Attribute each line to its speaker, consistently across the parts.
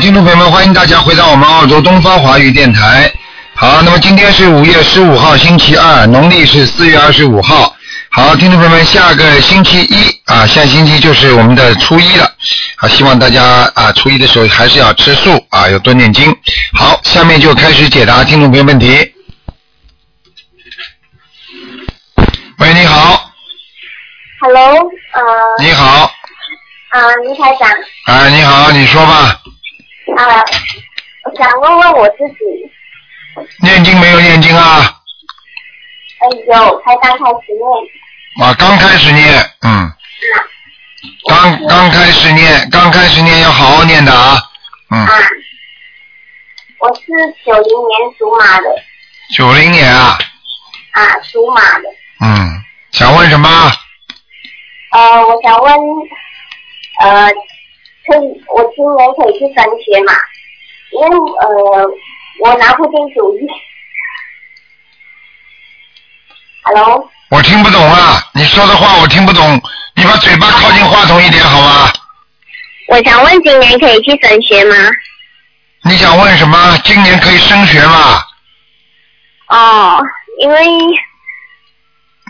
Speaker 1: 听众朋友们，欢迎大家回到我们澳洲东方华语电台。好，那么今天是五月十五号，星期二，农历是四月二十五号。好，听众朋友们，下个星期一啊，下星期就是我们的初一了啊，希望大家啊，初一的时候还是要吃素啊，要多念经。好，下面就开始解答听众朋友问题。喂，你好，
Speaker 2: Hello，呃，
Speaker 1: 你好，
Speaker 2: 啊，倪台长，
Speaker 1: 啊，你好，你说吧，
Speaker 2: 啊，我想问问我自己，
Speaker 1: 念经没有念经啊？
Speaker 2: 哎，有才刚开始念，
Speaker 1: 啊，刚开始念，嗯。刚刚开始念，刚开始念要好好念的啊。嗯
Speaker 2: 啊，，我是九零年属马的，
Speaker 1: 九零年啊，
Speaker 2: 啊，属马的，
Speaker 1: 嗯，想问什么？
Speaker 2: 呃，我想问，呃，可以，我今年可以去升学嘛？因为呃，我拿不定主意。Hello，
Speaker 1: 我听不懂啊，你说的话我听不懂，你把嘴巴靠近话筒一点好吗？
Speaker 2: 我想问今年可以去升学吗？
Speaker 1: 你想问什么？今年可以升学吗？
Speaker 2: 哦，因为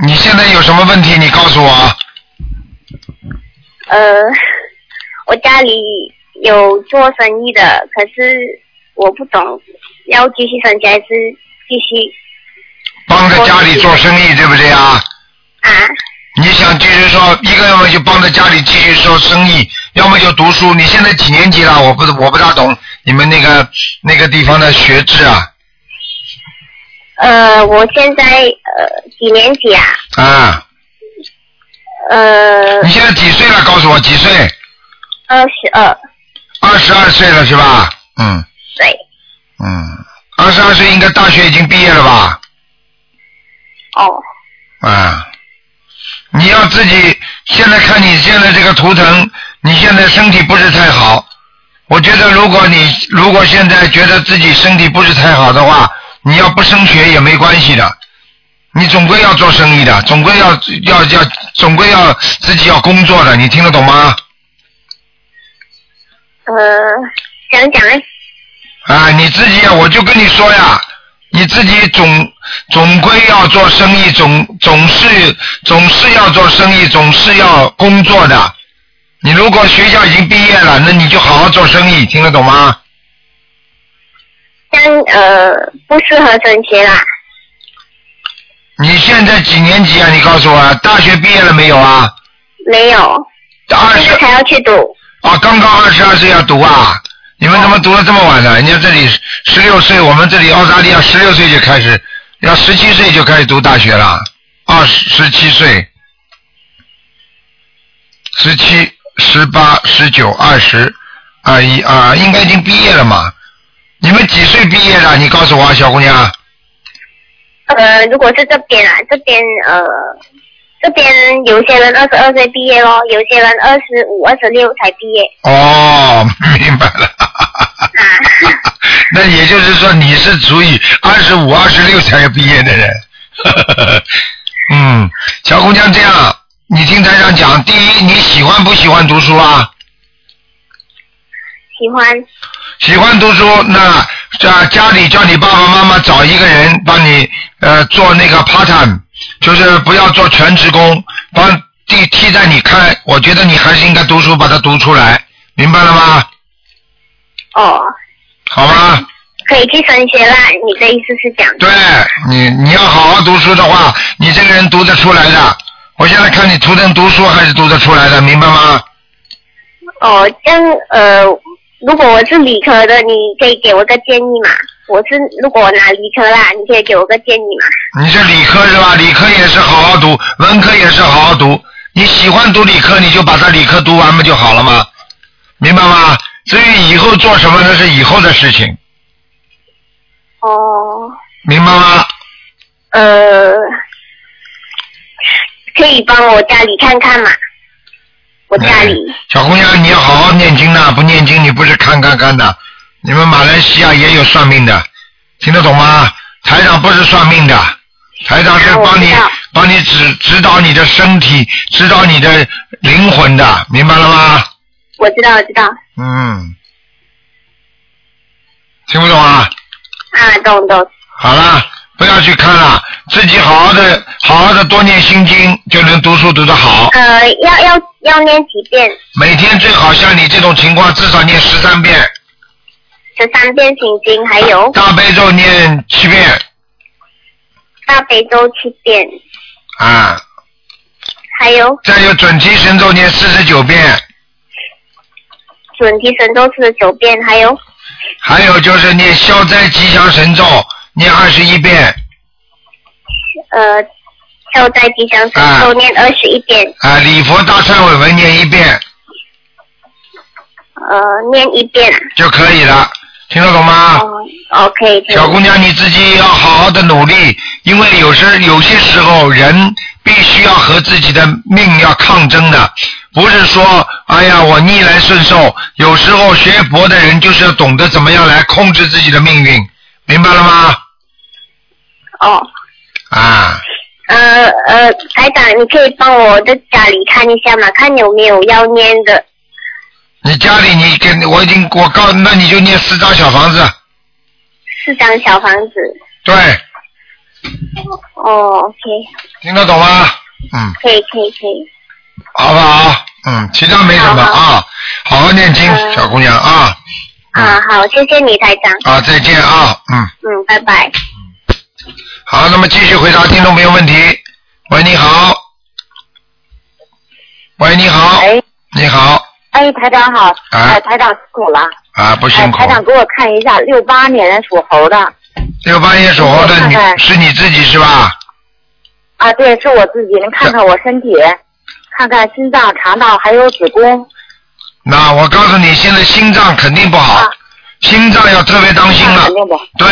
Speaker 1: 你现在有什么问题？你告诉我。
Speaker 2: 呃，我家里有做生意的，可是我不懂要继续升级还是继续
Speaker 1: 帮着家里做生意，对不对啊？
Speaker 2: 啊？
Speaker 1: 你想继续说，一个要么就帮着家里继续做生意，要么就读书。你现在几年级了？我不我不大懂你们那个那个地方的学制啊
Speaker 2: 呃，我现在呃几年级啊？
Speaker 1: 啊！
Speaker 2: 呃
Speaker 1: 你现在几岁了？告诉我几岁？
Speaker 2: 二十二
Speaker 1: 二十二岁了是吧？嗯
Speaker 2: 岁
Speaker 1: 嗯，二十二岁应该大学已经毕业了吧？
Speaker 2: 哦，
Speaker 1: 啊，你要自己现在看你现在这个图腾，你现在身体不是太好。我觉得如果你如果现在觉得自己身体不是太好的话，你要不升学也没关系的，你总归要做生意的，总归要要要总归要自己要工作的，你听得懂吗？
Speaker 2: 呃，想讲哎，
Speaker 1: 啊，你自己呀，我就跟你说呀，你自己总总归要做生意，总总是总是要做生意，总是要工作的。你如果学校已经毕业了，那你就好好做生意，听得懂吗？
Speaker 2: 这样呃不适合升学啦。
Speaker 1: 你现在几年级啊？你告诉我啊，大学毕业了没有啊？
Speaker 2: 没有，
Speaker 1: 二
Speaker 2: 现
Speaker 1: 十
Speaker 2: 在才要去读。
Speaker 1: 啊，刚刚二十二岁要读啊？你们怎么读的这么晚呢？人家这里十六岁，我们这里澳大利亚十六岁就开始，要十七岁就开始读大学了，二十七岁，十七、十八、十九、二十、二一、二，应该已经毕业了嘛？你们几岁毕业的？你告诉我，啊，小姑娘。
Speaker 2: 呃，如果是这边啊，这边呃，这边有些人二十二岁毕业咯，有些人二十五、二十六才毕业
Speaker 1: 哦，明白了。
Speaker 2: 啊。
Speaker 1: 那也就是说，你是属于二十五、二十六才毕业的人。 嗯，小姑娘，这样你听台长讲，第一，你喜欢不喜欢读书啊？
Speaker 2: 喜欢
Speaker 1: 喜欢读书，那家家里叫你爸爸妈妈找一个人帮你呃做那个 part time，就是不要做全职工，帮替替代你看。我觉得你还是应该读书，把它读出来，明白了吗？
Speaker 2: 哦，
Speaker 1: 好吗？
Speaker 2: 可以去升学啦。你的意思是讲？
Speaker 1: 对你，你要好好读书的话，你这个人读得出来的。我现在看你图腾读书还是读得出来的，明白吗？
Speaker 2: 哦，这样呃，如果我是理科的，你可以给我个建议嘛？我是如果我拿理科啦，你可以给我个建议嘛？
Speaker 1: 你是理科是吧？理科也是好好读，文科也是好好读。你喜欢读理科，你就把它理科读完不就好了吗？明白吗？至于以后做什么，那是以后的事情，
Speaker 2: 哦，
Speaker 1: 明白吗？
Speaker 2: 呃，可以帮我家里看看嘛？我家里。
Speaker 1: 嗯小姑娘，你要好好念经呐、不念经你不是看看看的。你们马来西亚也有算命的，听得懂吗？台长不是算命的，台长是
Speaker 2: 啊我
Speaker 1: 帮你
Speaker 2: 知道
Speaker 1: 帮你指指导你的身体，指导你的灵魂的，明白了吗？
Speaker 2: 我知道，我知道。
Speaker 1: 嗯，听不懂啊？
Speaker 2: 啊，懂懂。
Speaker 1: 好啦，不要去看了，自己好好的好好的多念心经，就能读书读得好。
Speaker 2: 呃，要要要念几遍？
Speaker 1: 每天最好像你这种情况，至少念十三遍，
Speaker 2: 十三遍心经，还有
Speaker 1: 大悲咒念七遍
Speaker 2: 大悲咒七遍，
Speaker 1: 啊，
Speaker 2: 还有
Speaker 1: 再有准提神咒念四十九遍，
Speaker 2: 准提神咒四十九遍，还有
Speaker 1: 还有就是念消灾吉祥神咒念二十一遍，
Speaker 2: 呃消灾吉祥神咒
Speaker 1: 啊
Speaker 2: 念二十一遍，
Speaker 1: 啊，礼佛大忏悔文念一遍
Speaker 2: 呃念一遍。
Speaker 1: 就可以了，听得懂吗？
Speaker 2: 哦，OK，
Speaker 1: 啊小姑娘，你自己要好好的努力，因为有时有些时候人必须要和自己的命要抗争的，不是说哎呀我逆来顺受，有时候学佛的人就是要懂得怎么样来控制自己的命运，明白了吗？
Speaker 2: 哦，
Speaker 1: 啊，
Speaker 2: 呃呃，台长，你可以帮我的家里看一下吗？看有没有要念的。
Speaker 1: 你家里你给我已经我告，那你就念四张小房子，
Speaker 2: 四张小房子。
Speaker 1: 对，
Speaker 2: 哦，OK，
Speaker 1: 听得懂吗？嗯，
Speaker 2: 可以可以可以。
Speaker 1: 好不好？嗯，其他没什么
Speaker 2: 好
Speaker 1: 啊，好好念经，
Speaker 2: 嗯
Speaker 1: 小姑娘啊，
Speaker 2: 啊，好，谢谢你，台长。
Speaker 1: 啊，再见啊，嗯。
Speaker 2: 嗯，拜拜。
Speaker 1: 好，那么继续回答听众朋友问题。喂，你好。喂，你好。
Speaker 3: 哎
Speaker 1: 你好。
Speaker 3: 哎，台长好，
Speaker 1: 哎
Speaker 3: 哎，台长辛苦了，
Speaker 1: 啊，不
Speaker 3: 哎
Speaker 1: 辛，苦
Speaker 3: 台。长给我看一下，六八年属猴的，
Speaker 1: 六八年属猴的
Speaker 3: 我看
Speaker 1: 你
Speaker 3: 看
Speaker 1: 是你自己是吧？
Speaker 3: 啊，对，是我自己，您看看我身体，看看心脏、肠道还有子宫，
Speaker 1: 那我告诉你，现在心脏肯定不好
Speaker 3: 啊，
Speaker 1: 心脏要特别当心
Speaker 3: 那
Speaker 1: 了
Speaker 3: 肯。定不，
Speaker 1: 对，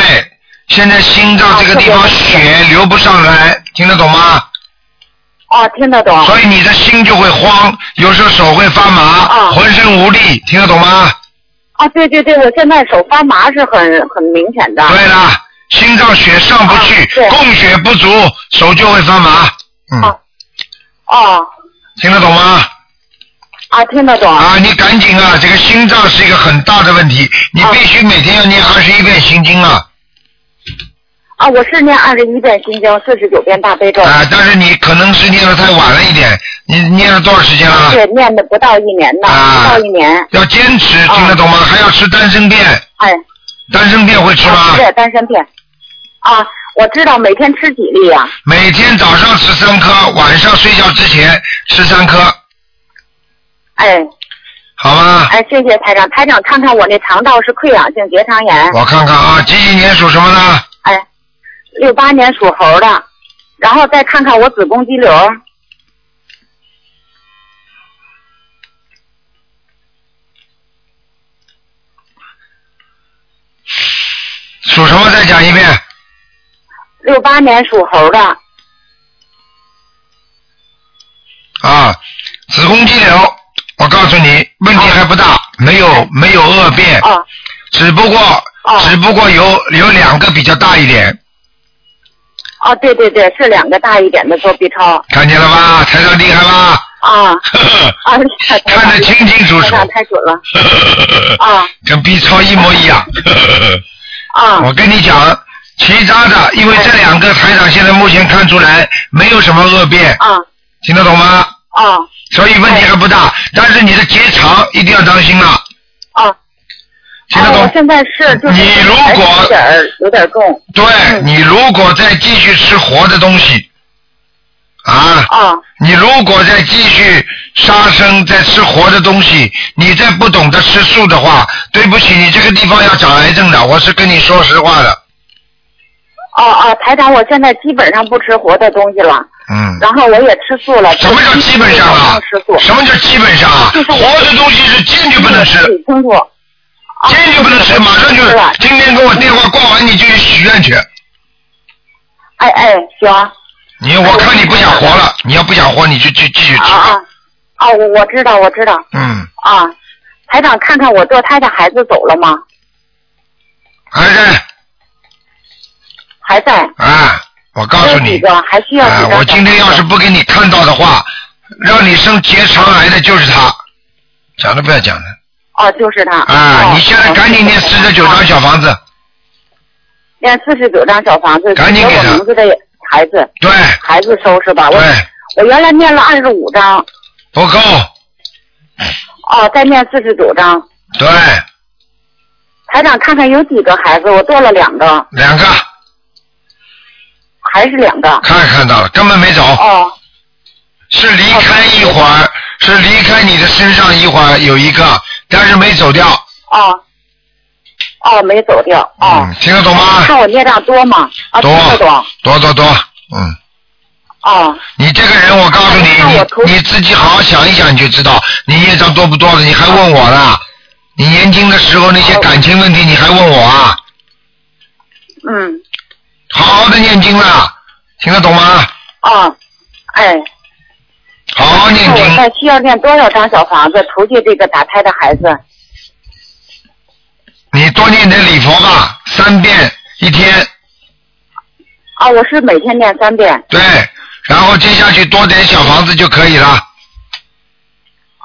Speaker 1: 现在心脏这个地
Speaker 3: 啊
Speaker 1: 方
Speaker 3: 特别
Speaker 1: 血流不上来，听得懂吗？
Speaker 3: 哦，听得懂，
Speaker 1: 所以你的心就会慌，有时候手会发麻，
Speaker 3: 啊
Speaker 1: 浑身无力，听得懂吗？
Speaker 3: 啊，对对对，我现在手发麻是很很明显的，
Speaker 1: 对了，心脏血上不去
Speaker 3: 啊，对
Speaker 1: 供血不足，手就会发麻。
Speaker 3: 啊
Speaker 1: 嗯，
Speaker 3: 哦，
Speaker 1: 听得懂吗？
Speaker 3: 啊，听得懂，
Speaker 1: 啊，你赶紧啊！这个心脏是一个很大的问题，你
Speaker 3: 啊
Speaker 1: 必须每天要念二十一遍心经啊！
Speaker 3: 啊，我是念二十一遍心经，四十九遍大悲咒，
Speaker 1: 啊，但是你可能是念的太晚了一点，你念了多少时间了？
Speaker 3: 是念的不到一年呢，
Speaker 1: 啊
Speaker 3: 不到一年，
Speaker 1: 要坚持，
Speaker 3: 啊
Speaker 1: 听得懂吗？还要吃丹参片，
Speaker 3: 哎，
Speaker 1: 丹参片会吃
Speaker 3: 啊
Speaker 1: 吗
Speaker 3: 是？丹参片，啊，我知道每天吃几粒呀、
Speaker 1: 每天早上吃三颗，晚上睡觉之前吃三颗，
Speaker 3: 哎。
Speaker 1: 好吗？
Speaker 3: 哎，谢谢台长，台长看看我那肠道是溃疡性结肠炎，
Speaker 1: 我看看啊，几几年属什么呢？
Speaker 3: 哎，六八年属猴的，然后再看看我子宫肌瘤，
Speaker 1: 属什么？再讲一遍。
Speaker 3: 六八年属猴的，
Speaker 1: 啊，子宫肌瘤，我告诉你，问题还不大，
Speaker 3: 啊
Speaker 1: 没
Speaker 3: 哎
Speaker 1: 有没有恶变，
Speaker 3: 哦
Speaker 1: 只不过
Speaker 3: 哦
Speaker 1: 只不过有有两个比较大一点，
Speaker 3: 哦，对对对，是两个大一点的做 B 超
Speaker 1: 看见了吧？台上厉害吧？
Speaker 3: 啊
Speaker 1: 呵呵
Speaker 3: 啊，台长
Speaker 1: 看得清清楚楚，
Speaker 3: 台长太准了
Speaker 1: 呵呵呵
Speaker 3: 啊
Speaker 1: 跟 B 超一模一 样。呵呵呵
Speaker 3: 啊
Speaker 1: 我跟你讲，其他的，因为这两个台长现在目前看出来没有什么恶变，
Speaker 3: 啊
Speaker 1: 听得懂吗？
Speaker 3: 啊
Speaker 1: 所以问题还不大，但是你的结肠一定要当心了，
Speaker 3: 啊！
Speaker 1: 听得
Speaker 3: 哎我
Speaker 1: 懂？
Speaker 3: 现在是就是
Speaker 1: 你如果
Speaker 3: 还是有点儿有点儿重
Speaker 1: 对
Speaker 3: 嗯
Speaker 1: 你如果再继续吃活的东西，啊，
Speaker 3: 啊
Speaker 1: 你如果再继续杀生，再吃活的东西，你再不懂得吃素的话，对不起，你这个地方要长癌症的。我是跟你说实话的，
Speaker 3: 哦哦，台长，我现在基本上不吃活的东西了。
Speaker 1: 嗯。
Speaker 3: 然后我也吃素了。
Speaker 1: 什么叫基本上啊
Speaker 3: 吃素，？
Speaker 1: 什么叫基本上 啊？
Speaker 3: 就是
Speaker 1: 活的东西是坚决不能吃，
Speaker 3: 自己清楚。啊
Speaker 1: 坚决不能吃，马上就
Speaker 3: 吃了。
Speaker 1: 今天跟我电话挂完，你就去许愿去。
Speaker 3: 哎哎，行啊
Speaker 1: 你我看你不想活了，你要不想活，你就继继续吃。
Speaker 3: 啊啊！我我知道我知道
Speaker 1: 嗯，
Speaker 3: 啊。台长，看看我堕胎的孩子走了吗？
Speaker 1: 还在
Speaker 3: 还在。
Speaker 1: 啊，我告诉
Speaker 3: 还有几
Speaker 1: 你，
Speaker 3: 个还需要几
Speaker 1: 啊，
Speaker 3: 张？
Speaker 1: 我今天要是不给你看到的话，让你生结肠癌的就是他。讲都不要讲了
Speaker 3: 哦，就是他
Speaker 1: 啊！
Speaker 3: 哦啊
Speaker 1: 你现在赶紧念四十九张小房子，
Speaker 3: 念四十九张小房子，
Speaker 1: 赶紧
Speaker 3: 给
Speaker 1: 给
Speaker 3: 我
Speaker 1: 他哎
Speaker 3: 名字的孩子
Speaker 1: 对
Speaker 3: 孩子收是吧？我
Speaker 1: 对，
Speaker 3: 我原来念了二十五张，
Speaker 1: 不够，
Speaker 3: 哦，再念四十九张。
Speaker 1: 对，
Speaker 3: 台长看看有几个孩子，我做了两个，
Speaker 1: 两个
Speaker 3: 还是两个。
Speaker 1: 看看到了，根本没走，
Speaker 3: 哦
Speaker 1: 是离开一会儿，是离开你的身上一会儿有一个，但是没走掉。
Speaker 3: 哦哦，没走掉。哦，
Speaker 1: 嗯，听得懂吗？
Speaker 3: 看我孽障多吗？啊，
Speaker 1: 多
Speaker 3: 听得懂。
Speaker 1: 多多多，嗯。
Speaker 3: 哦
Speaker 1: 你这个人，我告诉你，
Speaker 3: 那我图
Speaker 1: 你你自己好好想一想，你就知道你业障多不多了。你还问我啦？你年轻的时候那些感情问题，你还问我啊？
Speaker 3: 嗯
Speaker 1: 好好的念经啦，听得懂吗？
Speaker 3: 哦，哎，
Speaker 1: 好好念
Speaker 3: 那我
Speaker 1: 经，
Speaker 3: 再需要念多少张小房子除去这个打胎的孩子？
Speaker 1: 你多念点礼佛吧，三遍一天，
Speaker 3: 啊、我是每天念三遍。
Speaker 1: 对，然后接下去多点小房子就可以了。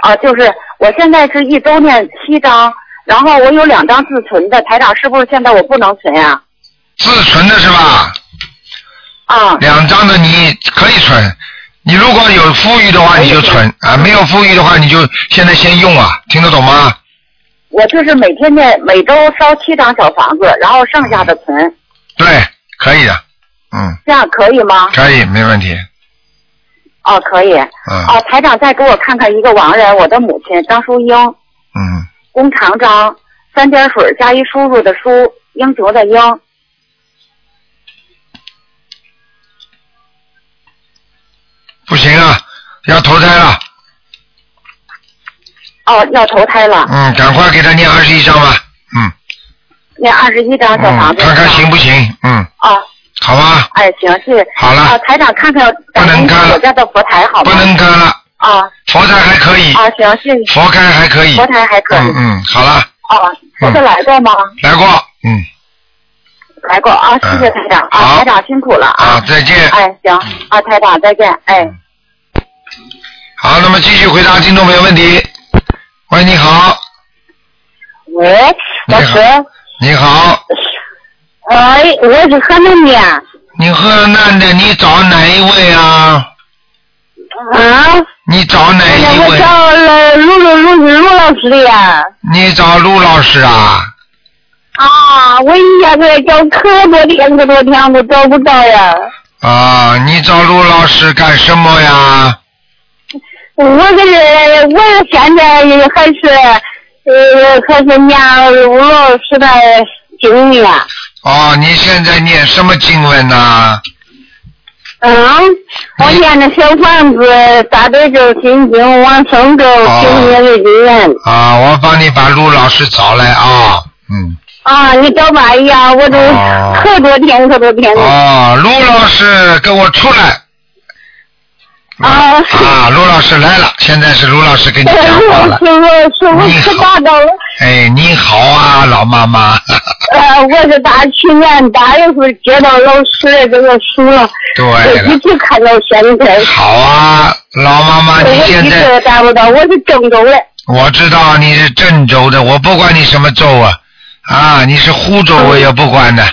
Speaker 3: 啊、就是我现在是一周念七张，然后我有两张自存的。台长是不是现在我不能存呀、
Speaker 1: 自存的是吧？
Speaker 3: 啊？
Speaker 1: 两张的你可以存，你如果有富裕的话你就存啊，没有富裕的话你就现在先用啊，听得懂吗？
Speaker 3: 我就是每天念，每周烧七张小房子，然后剩下的存，
Speaker 1: 对，可以的，嗯，
Speaker 3: 这样可以吗？
Speaker 1: 可以，没问题，
Speaker 3: 哦，可以。
Speaker 1: 嗯
Speaker 3: 哦，台长再给我看看一个亡人，我的母亲张淑英，
Speaker 1: 嗯，
Speaker 3: 弓长张，三点水加一叔叔的叔，英雄的英。
Speaker 1: 不行啊，要投胎了，
Speaker 3: 哦，要投胎了，
Speaker 1: 嗯，赶快给他念二十一章吧，嗯，
Speaker 3: 念二十一张小房
Speaker 1: 嗯，
Speaker 3: 子。
Speaker 1: 看看
Speaker 3: 是吧
Speaker 1: 行不行，嗯，
Speaker 3: 哦，
Speaker 1: 好吧，
Speaker 3: 哎，行，谢谢。
Speaker 1: 好
Speaker 3: 啊，
Speaker 1: 了，
Speaker 3: 台长看看
Speaker 1: 不能看了
Speaker 3: 我家的佛台好
Speaker 1: 不
Speaker 3: 吗？
Speaker 1: 能看了，
Speaker 3: 啊
Speaker 1: 佛台还可以，
Speaker 3: 啊，行，谢谢。
Speaker 1: 佛开还可以
Speaker 3: 佛，台还可以。
Speaker 1: 嗯嗯，好了，
Speaker 3: 哦，我是来过吗？
Speaker 1: 来过，嗯，
Speaker 3: 来过啊，谢谢台长
Speaker 1: 好
Speaker 3: 啊，台长辛苦了
Speaker 1: 啊，再见，
Speaker 3: 哎，行啊，台长再见，哎。
Speaker 1: 好，那么继续回答听众朋友问题。喂，你好，
Speaker 3: 喂，
Speaker 1: 老师你好，
Speaker 3: 哎，我是河南的。
Speaker 1: 你河南的，你找哪一位啊？
Speaker 3: 啊，
Speaker 1: 你找哪一
Speaker 3: 哎我
Speaker 1: 位？
Speaker 3: 叫了陆陆陆陆老师的呀。
Speaker 1: 你找陆老师啊？
Speaker 3: 啊，我一下子找可多天可多天都找不到呀。
Speaker 1: 啊，你找陆老师干什么呀？
Speaker 3: 我这是我现在还是呃还是念陆老师的经历啊。
Speaker 1: 哦，你现在念什么经文呐、
Speaker 3: 嗯，我念的小房子大悲咒、心经、往生咒、经念的经人。
Speaker 1: 啊，我帮你把陆老师找来啊。嗯。
Speaker 3: 啊，你找吧，哎呀，我都
Speaker 1: 哦
Speaker 3: 可多天可多天了。
Speaker 1: 哦，陆老师，跟我出来。
Speaker 3: 啊
Speaker 1: 啊，陆老师来了，现在是陆老师跟你
Speaker 3: 哎
Speaker 1: 讲话 了
Speaker 3: 师。傅，师傅
Speaker 1: 你好
Speaker 3: 可打到了，
Speaker 1: 哎，你好啊，老妈妈。
Speaker 3: 呃，我是打去年八月份接到老师的这个书了，
Speaker 1: 对
Speaker 3: 我一
Speaker 1: 了，
Speaker 3: 直看到现在，
Speaker 1: 好啊，老妈妈，你
Speaker 3: 我
Speaker 1: 现
Speaker 3: 一
Speaker 1: 在
Speaker 3: 直打不到，我是郑州的，
Speaker 1: 我知道你是郑州的，我不管你什么州啊，啊，你是湖州我也不管的，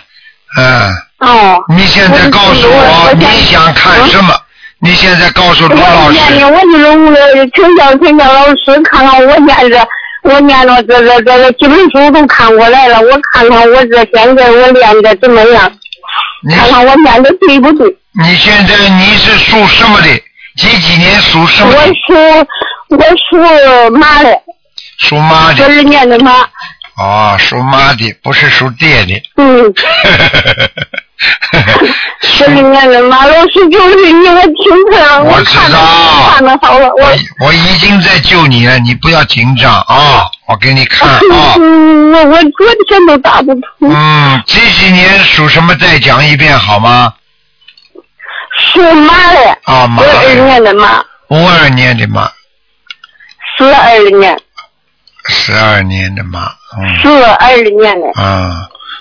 Speaker 1: 嗯。
Speaker 3: 哦，
Speaker 1: 你现在告诉
Speaker 3: 我
Speaker 1: 我
Speaker 3: 我
Speaker 1: 你想看什么？你现在告诉罗老
Speaker 3: 我念
Speaker 1: 师
Speaker 3: 的我就是我请教请教老师，看看我念着。我念了这这这这几本书都看过来了，我看看我这现在我练的怎么样，
Speaker 1: 你
Speaker 3: 看看我练的对不对。
Speaker 1: 你现在你是属什么的？几几年属什么
Speaker 3: 我
Speaker 1: 的？
Speaker 3: 属我属马的，
Speaker 1: 属马
Speaker 3: 九
Speaker 1: 的。
Speaker 3: 二年的马。
Speaker 1: 哦，属马的，不是属爹的。
Speaker 3: 嗯，九二年的马，老师就是你，我听着了，
Speaker 1: 我知
Speaker 3: 看着
Speaker 1: 道
Speaker 3: 看着好了， 我。
Speaker 1: 我我已经在救你了，你不要紧张啊、我给你看啊、
Speaker 3: 嗯，我我昨天都打不通，
Speaker 1: 嗯，几几年属什么？再讲一遍好吗？
Speaker 3: 属马的，
Speaker 1: 啊、马
Speaker 3: 九，二年的马，
Speaker 1: 五二年的马，
Speaker 3: 十二年，
Speaker 1: 十二年的马，嗯。
Speaker 3: 十二年的。
Speaker 1: 啊，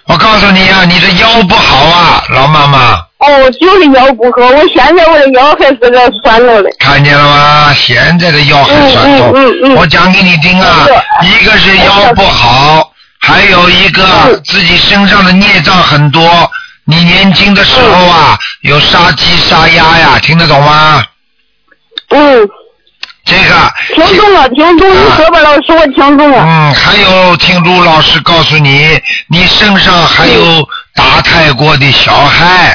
Speaker 1: 我告诉你啊，你的腰不好啊，老妈妈，
Speaker 3: 哦，就是腰不好，我现在我的腰还是个酸痛的。
Speaker 1: 看见了吗？现在的腰很酸痛。
Speaker 3: 嗯嗯嗯嗯嗯
Speaker 1: 我讲给你听啊
Speaker 3: 是，
Speaker 1: 一个是腰不好，还有一个啊
Speaker 3: 嗯
Speaker 1: 自己身上的孽障很多，你年轻的时候啊，有杀鸡杀鸭呀，听得懂吗？
Speaker 3: 嗯，
Speaker 1: 这个，
Speaker 3: 听懂啊了，听懂
Speaker 1: 啊
Speaker 3: 你说吧，老师，我听懂了。
Speaker 1: 嗯，还有听卢老师告诉你，你身上还有打泰国的小孩，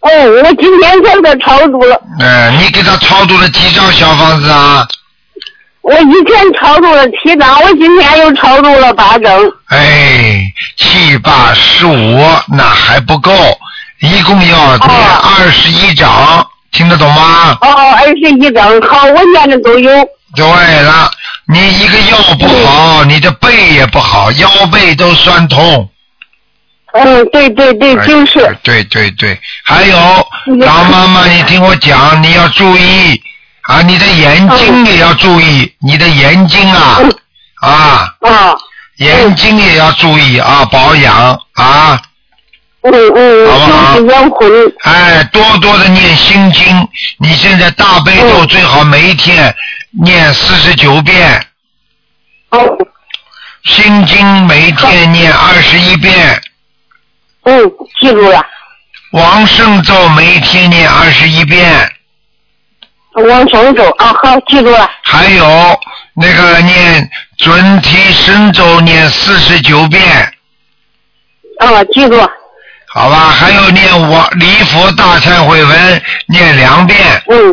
Speaker 3: 哦，
Speaker 1: 嗯
Speaker 3: 我今天才给超度了，
Speaker 1: 呃，你给他超度了几张小房子啊？
Speaker 3: 我以前超度了七张，我今天又超度了八张。
Speaker 1: 哎，七八十五，那还不够，一共要念
Speaker 3: 哦
Speaker 1: 二十一章，听得懂吗？
Speaker 3: 哦，二十一张，好，我念的都有。
Speaker 1: 对了，你一个腰不好，你的背也不好，腰背都酸痛。
Speaker 3: 嗯，对对对，就是。
Speaker 1: 哎对对对，还有
Speaker 3: 你的
Speaker 1: 老妈妈，你听我讲，你要注意啊，你的眼睛也要注意，你的眼睛啊
Speaker 3: 嗯
Speaker 1: 啊，
Speaker 3: 啊，
Speaker 1: 眼睛也要注意啊，保养啊，
Speaker 3: 嗯嗯，
Speaker 1: 好不好
Speaker 3: 就是冤魂。
Speaker 1: 哎，多多的念心经，你现在大悲咒
Speaker 3: 嗯
Speaker 1: 最好每一天念四十九遍，
Speaker 3: 哦，
Speaker 1: 心经每一天念二十一遍，
Speaker 3: 嗯，记住了。
Speaker 1: 往生咒每一天念二十一遍。
Speaker 3: 往生走啊，好，记住了。
Speaker 1: 还有那个念准提神咒念四十九遍，
Speaker 3: 啊，记住。
Speaker 1: 好吧？还有念我礼佛大忏悔文念两遍，
Speaker 3: 嗯，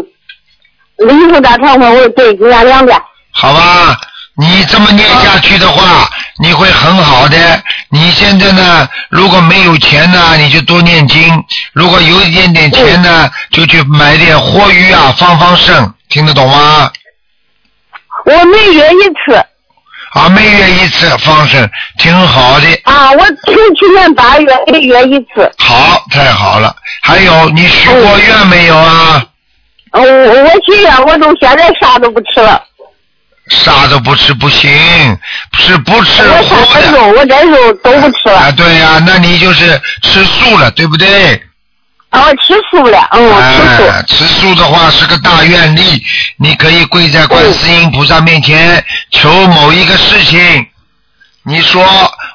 Speaker 3: 礼佛大忏悔文对，念两遍。
Speaker 1: 好吧？你这么念下去的话，你会很好的。你现在呢，如果没有钱呢，你就多念经；如果有一点点钱呢，就去买点活鱼啊，放放生，听得懂吗？
Speaker 3: 我每月一次
Speaker 1: 啊，每月一次放生，挺好的。
Speaker 3: 啊，我从去年八月每月一次。
Speaker 1: 好，太好了。还有，你许过愿没有啊？
Speaker 3: 呃我我许愿，我都现在啥都不吃了，
Speaker 1: 啥都不吃不行，是不吃
Speaker 3: 我
Speaker 1: 活
Speaker 3: 啥
Speaker 1: 的。
Speaker 3: 肉，我连肉都不吃
Speaker 1: 啊，
Speaker 3: 了，
Speaker 1: 对呀、那你就是吃素了，对不对？
Speaker 3: 啊，吃素了，嗯，吃素，
Speaker 1: 啊，吃素的话是个大愿力，你可以跪在观世音菩萨面前求某一个事情。你说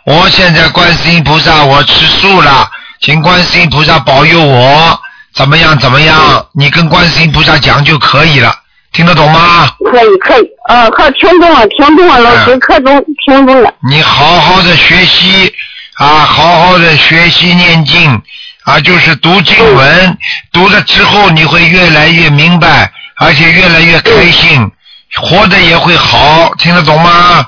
Speaker 1: 我现在观世音菩萨，我吃素了，请观世音菩萨保佑我，怎么样怎么样？你跟观世音菩萨讲就可以了，听得懂吗？
Speaker 3: 可以可以，呃，好，听懂了，听懂了，老师，
Speaker 1: 嗯
Speaker 3: 可懂，听懂了，
Speaker 1: 你好好的学习啊，好好的学习念经啊，就是读经文，读了之后你会越来越明白，而且越来越开心，活得也会好，听得懂吗？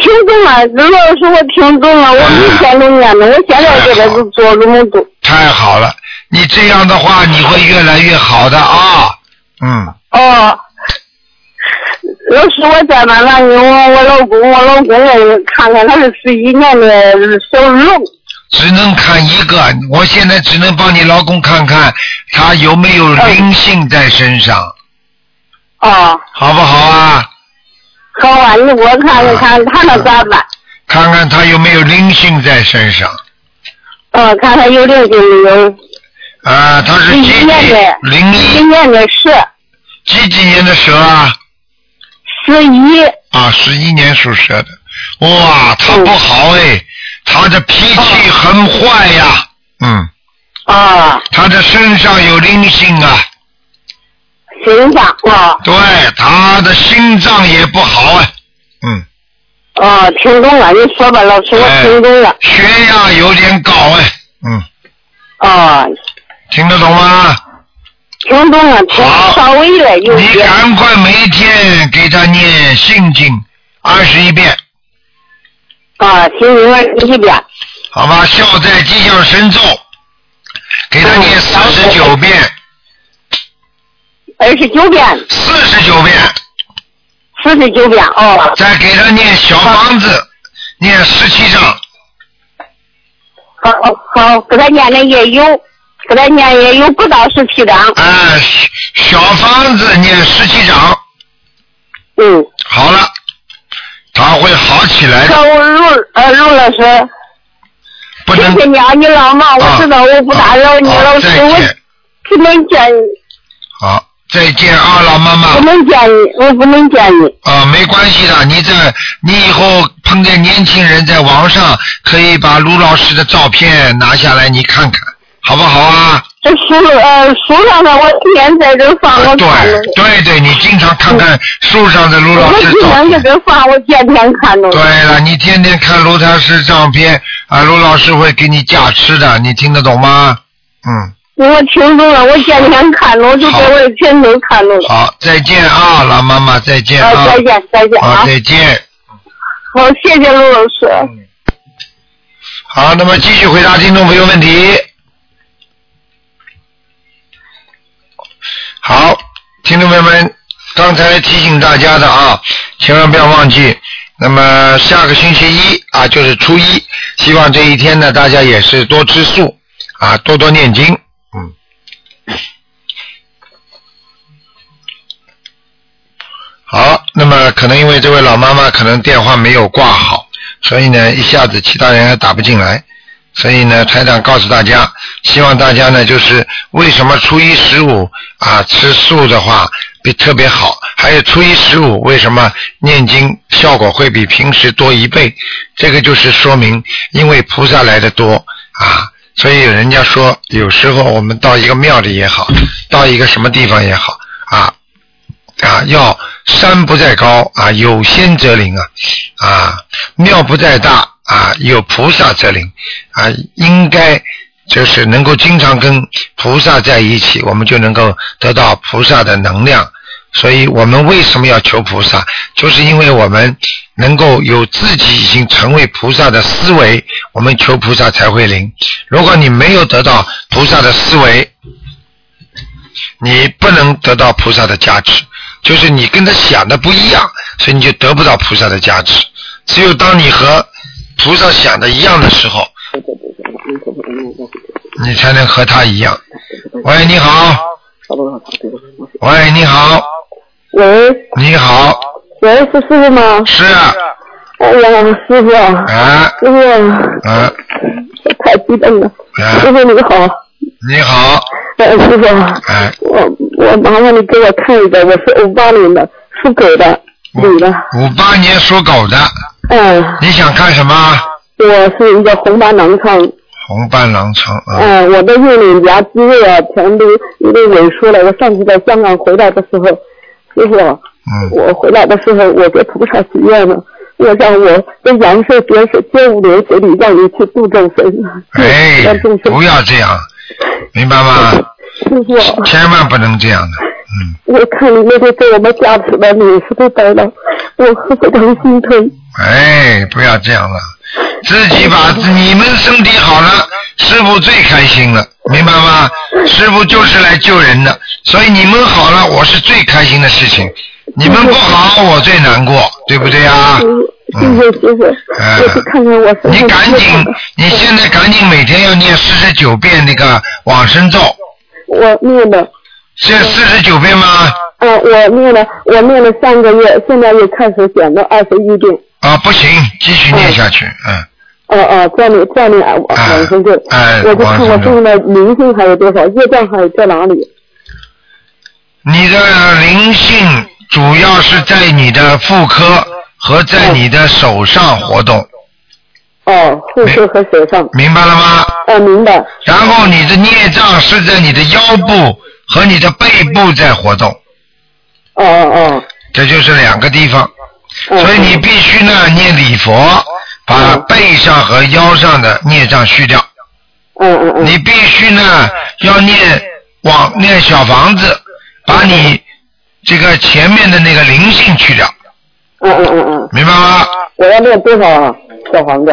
Speaker 3: 听懂了，老师，我听懂了，我每天都念的，我现在给他
Speaker 1: 啊
Speaker 3: 就做这么多，
Speaker 1: 太好了，你这样的话你会越来越好的啊，嗯，
Speaker 3: 哦。老师，我再麻烦你，我我老公，我老公问看看他是十一年的小龙，
Speaker 1: 只能看一个，我现在只能帮你老公看看他有没有灵性在身上，
Speaker 3: 哦，
Speaker 1: 好不好啊？
Speaker 3: 好啊，你给我看一看他那咋
Speaker 1: 啊
Speaker 3: 办？
Speaker 1: 看看他有没有灵性在身上。
Speaker 3: 嗯，看看有灵性没有？
Speaker 1: 啊，他是几
Speaker 3: 零一年
Speaker 1: 几
Speaker 3: 的
Speaker 1: 零
Speaker 3: 今
Speaker 1: 一
Speaker 3: 年的蛇，
Speaker 1: 几几年的蛇啊？
Speaker 3: 十一，
Speaker 1: 啊，十一年属蛇的。哇，他
Speaker 3: 嗯哦
Speaker 1: 不好哎，他的脾气很坏呀、嗯，
Speaker 3: 啊，
Speaker 1: 他的身上有灵性啊，
Speaker 3: 心脏，啊，
Speaker 1: 对，他的心脏也不好啊。嗯，
Speaker 3: 哦，听懂了，你说吧，老师，
Speaker 1: 哎
Speaker 3: 我听懂了，
Speaker 1: 血压有点高哎。嗯，
Speaker 3: 哦，
Speaker 1: 听得懂吗？
Speaker 3: 听懂了，听
Speaker 1: 好
Speaker 3: 稍微的有
Speaker 1: 你
Speaker 3: 点，
Speaker 1: 赶快每天给他念心经二十一遍，
Speaker 3: 啊，听明白一遍，
Speaker 1: 好吧？孝在吉祥神咒，给他念
Speaker 3: 嗯
Speaker 1: 四十九遍。
Speaker 3: 二十九遍，
Speaker 1: 四十九遍，
Speaker 3: 四十九遍，哦，
Speaker 1: 再给他念小房子，念十七章，
Speaker 3: 好，好，给他念的也有，给他念也有不到十七张，
Speaker 1: 哎、小小房子念十七章，
Speaker 3: 嗯，
Speaker 1: 好了，他会好起来的，
Speaker 3: 小如，呃，如老师，
Speaker 1: 不
Speaker 3: 谢
Speaker 1: 能
Speaker 3: 谢你啊，你老忙，我知道我不打扰你，
Speaker 1: 好
Speaker 3: 老师，
Speaker 1: 再
Speaker 3: 我
Speaker 1: 见，
Speaker 3: 只能见你。
Speaker 1: 好，再见啊，老妈妈。
Speaker 3: 不能讲你，我不能讲你。
Speaker 1: 啊，没关系的，你在你以后碰见年轻人，在网上可以把卢老师的照片拿下来，你看看，好不好啊？
Speaker 3: 这书呃书上的我连载着放，
Speaker 1: 啊
Speaker 3: 我
Speaker 1: 对
Speaker 3: 看了。嗯
Speaker 1: 对对，你经常看看树上的卢老
Speaker 3: 我
Speaker 1: 师
Speaker 3: 经
Speaker 1: 照
Speaker 3: 常给
Speaker 1: 片。
Speaker 3: 这放，我天天看着。
Speaker 1: 对了，你天天看卢老师照片啊，卢老师会给你加持的，你听得懂吗？嗯，
Speaker 3: 我听懂了，我天天看着，我就给我的前头看着了。
Speaker 1: 好，再见啊，老妈妈，再见
Speaker 3: 呃，
Speaker 1: 啊，
Speaker 3: 再见，再见
Speaker 1: 好，
Speaker 3: 啊！
Speaker 1: 再见。
Speaker 3: 好，谢嗯谢陆老师。
Speaker 1: 好，那么继续回答听众朋友问题。好，听众朋友们，刚才提醒大家的啊，千万不要忘记。那么下个星期一啊，就是初一，希望这一天呢，大家也是多吃素啊，多多念经。嗯。好，那么可能因为这位老妈妈可能电话没有挂好，所以呢，一下子其他人还打不进来。所以呢，台长告诉大家，希望大家呢，就是为什么初一十五啊吃素的话比特别好，还有初一十五为什么念经效果会比平时多一倍？这个就是说明，因为菩萨来的多啊，所以人家说，有时候我们到一个庙里也好，到一个什么地方也好啊啊，要山不在高啊，有仙则灵啊啊，庙不在大啊，有菩萨则灵啊，应该就是能够经常跟菩萨在一起，我们就能够得到菩萨的能量。所以我们为什么要求菩萨？就是因为我们能够有自己已经成为菩萨的思维，我们求菩萨才会灵。如果你没有得到菩萨的思维，你不能得到菩萨的加持，就是你跟他想的不一样，所以你就得不到菩萨的加持。只有当你和菩萨想的一样的时候，你才能和他一样。喂，你好，喂，你好，
Speaker 3: 喂
Speaker 1: 你好，
Speaker 3: 喂，是师傅吗？
Speaker 1: 是啊，
Speaker 3: 哎呀，师傅，
Speaker 1: 啊
Speaker 3: 师傅
Speaker 1: 啊
Speaker 3: 太激动了，师
Speaker 1: 啊，
Speaker 3: 傅你好。
Speaker 1: 你好，
Speaker 3: 呃，师傅，
Speaker 1: 哎，
Speaker 3: 我我麻烦你给我看一个，我是五八年的，属狗的，女的，
Speaker 1: 五八年属狗的，
Speaker 3: 嗯，
Speaker 1: 你想看什么？
Speaker 3: 我是一个红斑狼疮，
Speaker 1: 红斑狼疮啊，
Speaker 3: 嗯，我的右脸颊肌肉啊全都有点萎缩了。我上次在香港回来的时候，师傅，
Speaker 1: 嗯，
Speaker 3: 我回来的时候我给菩萨许愿了，我让我的阳寿别是接五流水里，让你去度众生，
Speaker 1: 哎
Speaker 3: 让众，生
Speaker 1: 不。要这样，明白吗？
Speaker 3: 师傅，
Speaker 1: 千万不能这样的，嗯，
Speaker 3: 我看你那个给我们加持的脸色都白了，我非常心疼。
Speaker 1: 哎，不要这样了，自己把你们身体好了，师傅最开心了，明白吗？师傅就是来救人的，所以你们好了，我是最开心的事情，你们不好，我最难过，对不对啊？
Speaker 3: 谢谢师傅，我去看看我身
Speaker 1: 嗯你
Speaker 3: 上
Speaker 1: 赶
Speaker 3: 的
Speaker 1: 紧，你现在赶紧每天要念四十九遍那个往生咒，
Speaker 3: 我念了，
Speaker 1: 这四十九遍吗？
Speaker 3: 嗯，我念了，我念了三个月，现在又开始减到二十一遍。
Speaker 1: 啊，不行，继续念下去，嗯，
Speaker 3: 哦哦，这样这样啊，我
Speaker 1: 哎
Speaker 3: 往生咒，
Speaker 1: 哎
Speaker 3: 我就看我身上的灵性还有多少，业障还有在哪里。
Speaker 1: 你的灵性主要是在你的妇科和在你的手上活动，
Speaker 3: 哦，护手和手上，
Speaker 1: 明白了吗？
Speaker 3: 哦，明白，
Speaker 1: 然后你的孽障是在你的腰部和你的背部在活动，
Speaker 3: 哦哦
Speaker 1: 这就是两个地方。
Speaker 3: 哦。
Speaker 1: 所以你必须呢念礼佛，把
Speaker 3: 嗯
Speaker 1: 背上和腰上的孽障去掉。
Speaker 3: 嗯嗯嗯，
Speaker 1: 你必须呢要念往念小房子，把你这个前面的那个灵性去掉，
Speaker 3: 嗯嗯嗯嗯，
Speaker 1: 明白吗？
Speaker 3: 我要念多少啊？小房子？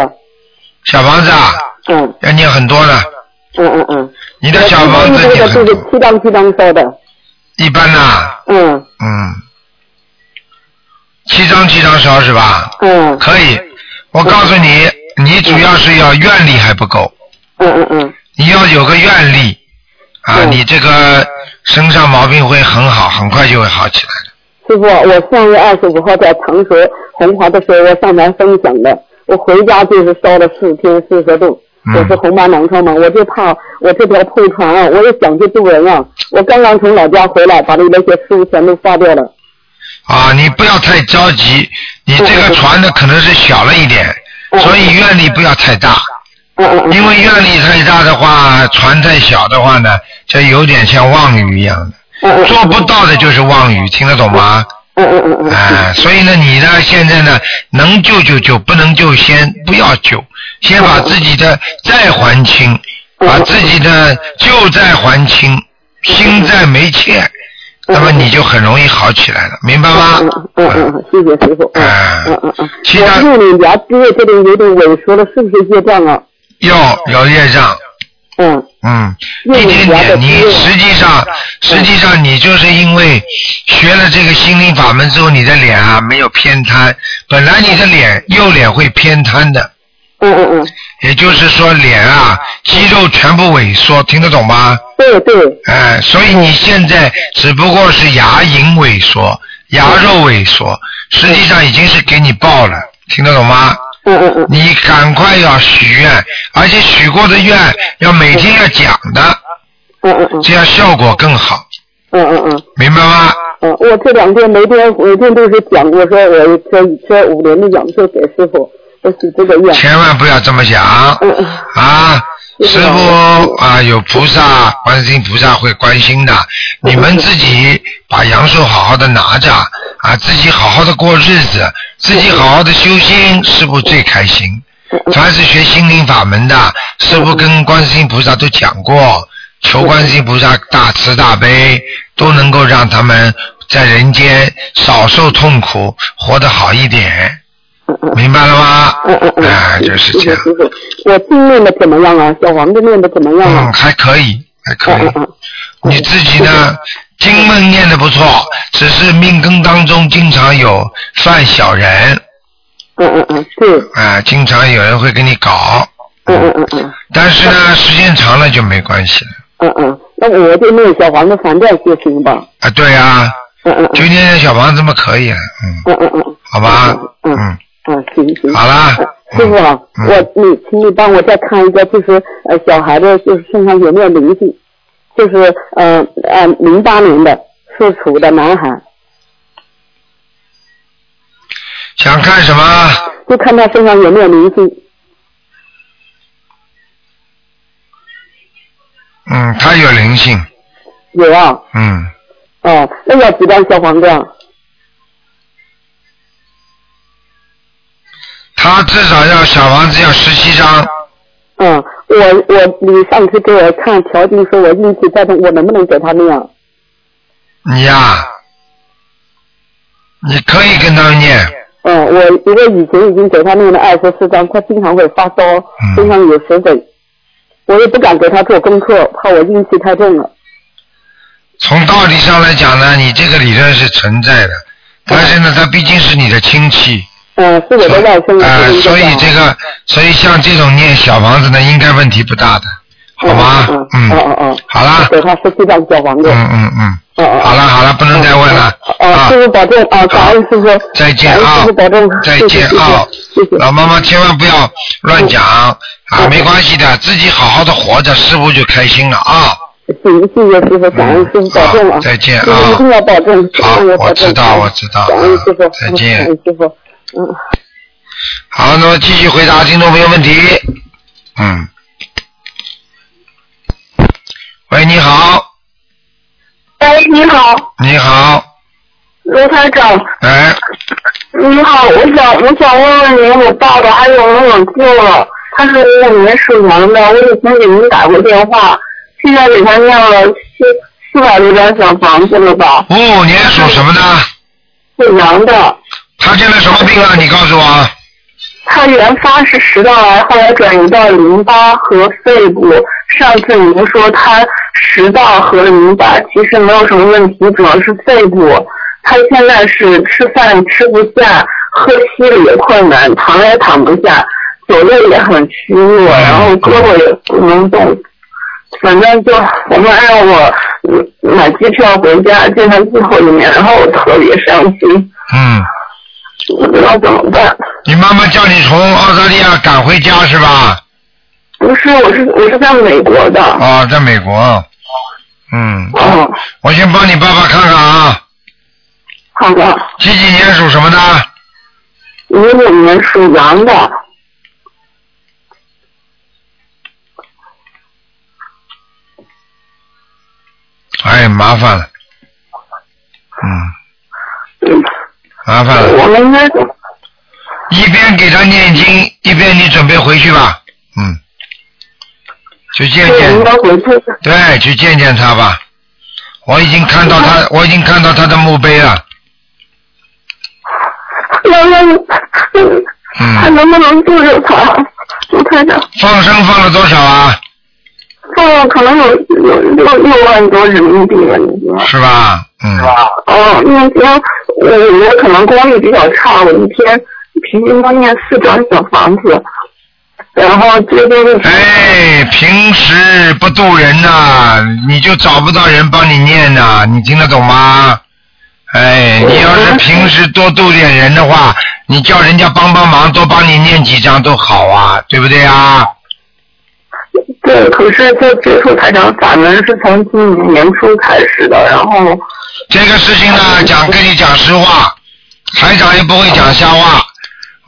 Speaker 1: 小房子啊，
Speaker 3: 嗯
Speaker 1: 要念很多呢。
Speaker 3: 嗯嗯嗯。
Speaker 1: 你的小房子
Speaker 3: 我这
Speaker 1: 念
Speaker 3: 个
Speaker 1: 很
Speaker 3: 就是
Speaker 1: 多，
Speaker 3: 七张七张烧的，
Speaker 1: 一般呐、
Speaker 3: 嗯
Speaker 1: 嗯，七张七张烧是吧？
Speaker 3: 嗯
Speaker 1: 可以，我告诉你，你主要是要愿力还不够，
Speaker 3: 嗯嗯嗯。
Speaker 1: 你要有个愿力啊，
Speaker 3: 嗯
Speaker 1: 你这个身上毛病会很好，很快就会好起来的。
Speaker 3: 师傅，我上月二十五号在常熟红华的时候，我上台分享的，我回家就是烧了四天四十度，
Speaker 1: 嗯
Speaker 3: 我是红斑狼疮嘛，我就怕我这条破床啊，我也想去渡人啊。我刚刚从老家回来，把那那些书全都发掉了。
Speaker 1: 啊，你不要太着急，你这个船呢可能是小了一点，
Speaker 3: 嗯
Speaker 1: 所以愿力不要太大，
Speaker 3: 嗯嗯嗯。
Speaker 1: 因为愿力太大的话，船太小的话呢，这有点像妄语一样的，
Speaker 3: 嗯嗯
Speaker 1: 做不到的就是妄语，听得懂吗？
Speaker 3: 嗯嗯嗯嗯嗯。
Speaker 1: 哎，所以呢，你呢现在呢，能救就救，不能救先不要救，先把自己的债还清，把自己的旧债还清，新债没欠，那么你就很容易好起来了，明白吗？
Speaker 3: 嗯嗯嗯嗯，谢谢师傅。嗯
Speaker 1: 哎
Speaker 3: 嗯嗯嗯。
Speaker 1: 其他
Speaker 3: 我右脸颊因为这里有点萎缩了，是不是业障啊？
Speaker 1: 要有业障，
Speaker 3: 嗯
Speaker 1: 嗯，
Speaker 3: 因为
Speaker 1: 一点点。
Speaker 3: 你
Speaker 1: 你
Speaker 3: 要的
Speaker 1: 实际上，实际上你就是因为学了这个心灵法门之后，你的脸啊没有偏瘫，本来你的脸右脸会偏瘫的，
Speaker 3: 嗯嗯嗯，
Speaker 1: 也就是说脸啊肌肉全部萎缩，听得懂吗？
Speaker 3: 对对，
Speaker 1: 哎，所以你现在只不过是牙龈萎缩、牙肉萎缩，实际上已经是给你报了，听得懂吗？
Speaker 3: 嗯嗯嗯
Speaker 1: 你赶快要许愿，而且许过的愿要每天要讲的，
Speaker 3: 嗯嗯嗯
Speaker 1: 这样效果更好，
Speaker 3: 嗯嗯嗯。
Speaker 1: 明白吗？
Speaker 3: 嗯，我这两天每天每天都是讲，我说我这这五年的养就给师傅，我许这个愿。
Speaker 1: 千万不要这么想
Speaker 3: 嗯嗯
Speaker 1: 啊！师傅啊，有菩萨、观世音菩萨会关心的。你们自己把阳寿好好的拿着啊，自己好好的过日子，自己好好的修心，师傅最开心。
Speaker 3: 嗯嗯
Speaker 1: 凡是学心灵法门的，师傅跟观世音菩萨都讲过，求观世音菩萨大慈大悲，都能够让他们在人间少受痛苦，活得好一点，
Speaker 3: 嗯嗯
Speaker 1: 明白了吗？
Speaker 3: 嗯嗯嗯。
Speaker 1: 啊，就是这样
Speaker 3: 师。傅，我经念的怎么样啊？小王子念的怎么样
Speaker 1: 嗯，
Speaker 3: 啊？
Speaker 1: 还可以，还可
Speaker 3: 嗯
Speaker 1: 以
Speaker 3: 嗯。嗯
Speaker 1: 你自己呢，经文念的不错，只是命根当中经常有犯小人
Speaker 3: 嗯嗯嗯，对，
Speaker 1: 啊，经常有人会跟你搞。
Speaker 3: 嗯嗯嗯嗯。
Speaker 1: 但是呢，时间长了就没关系了
Speaker 3: 嗯嗯，那我就念小黄的反债就行吧。
Speaker 1: 啊。对啊，
Speaker 3: 嗯嗯
Speaker 1: 就念念小房子嘛，可以了，嗯，
Speaker 3: 嗯嗯嗯
Speaker 1: 好吧，
Speaker 3: 嗯
Speaker 1: 嗯，
Speaker 3: 嗯，行行。
Speaker 1: 好啦，
Speaker 3: 师傅
Speaker 1: 嗯，
Speaker 3: 啊，
Speaker 1: 嗯
Speaker 3: 我你请你帮我再看一个，就是呃小孩的，就是身上有没有灵性，就是呃呃零八年的属鼠的男孩，
Speaker 1: 想看什么？
Speaker 3: 就看他身上有没有灵性。
Speaker 1: 嗯，他有灵性，
Speaker 3: 有啊，
Speaker 1: 嗯，
Speaker 3: 哦、那要几张小黄瓜？
Speaker 1: 他至少要小房子要十七张，
Speaker 3: 嗯，我我你上次给我看条件说我运气在动，我能不能给他那样？
Speaker 1: 你呀、你可以跟他们念，
Speaker 3: 嗯，我因为以前已经给他念了二十四张，他经常会发烧，
Speaker 1: 嗯
Speaker 3: 身上有水肿，我也不敢给他做功课，怕我运气太重了。
Speaker 1: 从道理上来讲呢，你这个理论是存在的，但是呢，它毕竟是你的亲戚，
Speaker 3: 嗯，是我的外甥，啊
Speaker 1: 呃
Speaker 3: 是一，
Speaker 1: 所以
Speaker 3: 小
Speaker 1: 这个，所以像这种念小房子呢，应该问题不大的，好吗？
Speaker 3: 嗯
Speaker 1: 嗯，
Speaker 3: 嗯嗯，
Speaker 1: 好啦，
Speaker 3: 给他十七张小黄
Speaker 1: 嗯
Speaker 3: 瓜。
Speaker 1: 嗯嗯，
Speaker 3: 嗯嗯，
Speaker 1: 好了好了，不能再问了
Speaker 3: 哦，
Speaker 1: 啊
Speaker 3: 师，傅保重啊，感恩师傅，
Speaker 1: 再见
Speaker 3: 感恩
Speaker 1: 啊
Speaker 3: 师傅，保重，
Speaker 1: 再
Speaker 3: 谢谢
Speaker 1: 见啊
Speaker 3: 谢谢，
Speaker 1: 老妈妈千万不要乱讲啊，没关系的，自己好好的活着，师傅就开心了啊。
Speaker 3: 行，谢谢师傅，感恩师傅，保重啊，
Speaker 1: 再见
Speaker 3: 师傅
Speaker 1: 啊
Speaker 3: 一定。要保重，
Speaker 1: 好
Speaker 3: 师傅要保
Speaker 1: 我
Speaker 3: 重
Speaker 1: 知道
Speaker 3: 感恩
Speaker 1: 我知道
Speaker 3: 感恩师傅
Speaker 1: 啊，再见
Speaker 3: 感恩师傅，嗯。
Speaker 1: 好，那么继续回答听众朋友问题。嗯。喂，你好，
Speaker 4: 喂，你好，
Speaker 1: 你好，
Speaker 4: 罗台长，
Speaker 1: 哎，
Speaker 4: 你好，我想我想问问您，我爸爸还有没有救了？他是五年属羊的，我已经给您打过电话，现在给他念了四四百多张小房子了吧？
Speaker 1: 五五年属什么的？
Speaker 4: 属羊的，
Speaker 1: 他现在什么病啊？你告诉我。
Speaker 4: 他原发是食道癌，后来转移到淋巴和肺部。上次您说他食道和淋巴其实没有什么问题，主要是肺部。他现在是吃饭吃不下，喝稀了也困难，躺也躺不下，左肋也很虚弱，然后胳膊也不能动。反正就我妈让我嗯买机票回家见他最后一面，然后我特别伤心，
Speaker 1: 嗯，
Speaker 4: 不知道怎么办。
Speaker 1: 你妈妈叫你从澳大利亚赶回家是吧？
Speaker 3: 不是，我是我是在美国的。
Speaker 1: 啊，在美国，嗯，
Speaker 3: 嗯，
Speaker 1: 我先帮你爸爸看看啊，
Speaker 3: 好的。
Speaker 1: 几几年属什么的？
Speaker 3: 五五年属羊的，
Speaker 1: 哎，麻烦了，嗯，
Speaker 3: 嗯，
Speaker 1: 麻烦了，
Speaker 3: 我们应该
Speaker 1: 一边给他念经，一边你准备回去吧，嗯，去见
Speaker 3: 对，我
Speaker 1: 见
Speaker 3: 们应，该回去。
Speaker 1: 对，去见见他吧。我已经看到他，我已经看到他的墓碑了，
Speaker 3: 那那还
Speaker 1: 嗯，
Speaker 3: 能不能救救他？我看看，
Speaker 1: 放生放了多少啊？
Speaker 3: 放了可能有有六六万多人民币吧，已经。
Speaker 1: 是吧？嗯，
Speaker 3: 哦，那天我我可能功力比较差，我一天平均都念四张小房子，然后最近就是
Speaker 1: 哎，平时不渡人呐、你就找不到人帮你念呐、你听得懂吗？哎，你要是平时多渡点人的话，你叫人家帮帮忙，多帮你念几张都好啊，对不对啊？
Speaker 3: 对，可是就接触台长法门是从今年年初开始的，然后
Speaker 1: 这个事情呢，讲跟你讲实话，台长也不会讲瞎话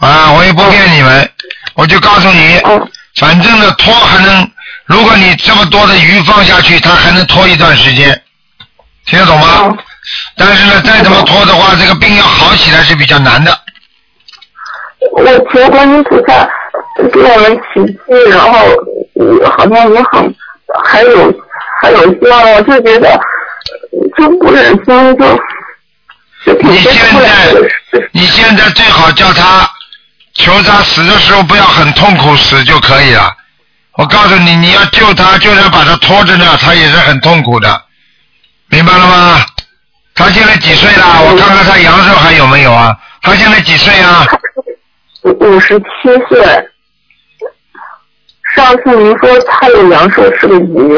Speaker 1: 啊，我也不骗你们，我就告诉你，
Speaker 3: 哦
Speaker 1: 反正呢拖还能，如果你这么多的鱼放下去，它还能拖一段时间，听得懂吗？
Speaker 3: 哦
Speaker 1: 但是呢，再怎么拖的话，这个病要好起来是比较难的。
Speaker 3: 我求观音菩萨给我们奇迹，然后嗯好像也很还有还有希望，我就觉得就不忍心就。就挺
Speaker 1: 你
Speaker 3: 接
Speaker 1: 现
Speaker 3: 受不了
Speaker 1: 在
Speaker 3: 的事
Speaker 1: 你现在最好叫他求他死的时候不要很痛苦死就可以了。我告诉你，你要救他，就算把他拖着呢，他也是很痛苦的，明白了吗？他现在几岁了？我看看他阳寿还有没有啊？他现在几岁啊？
Speaker 3: 五五十七岁。上次您说他有阳寿是个鱼，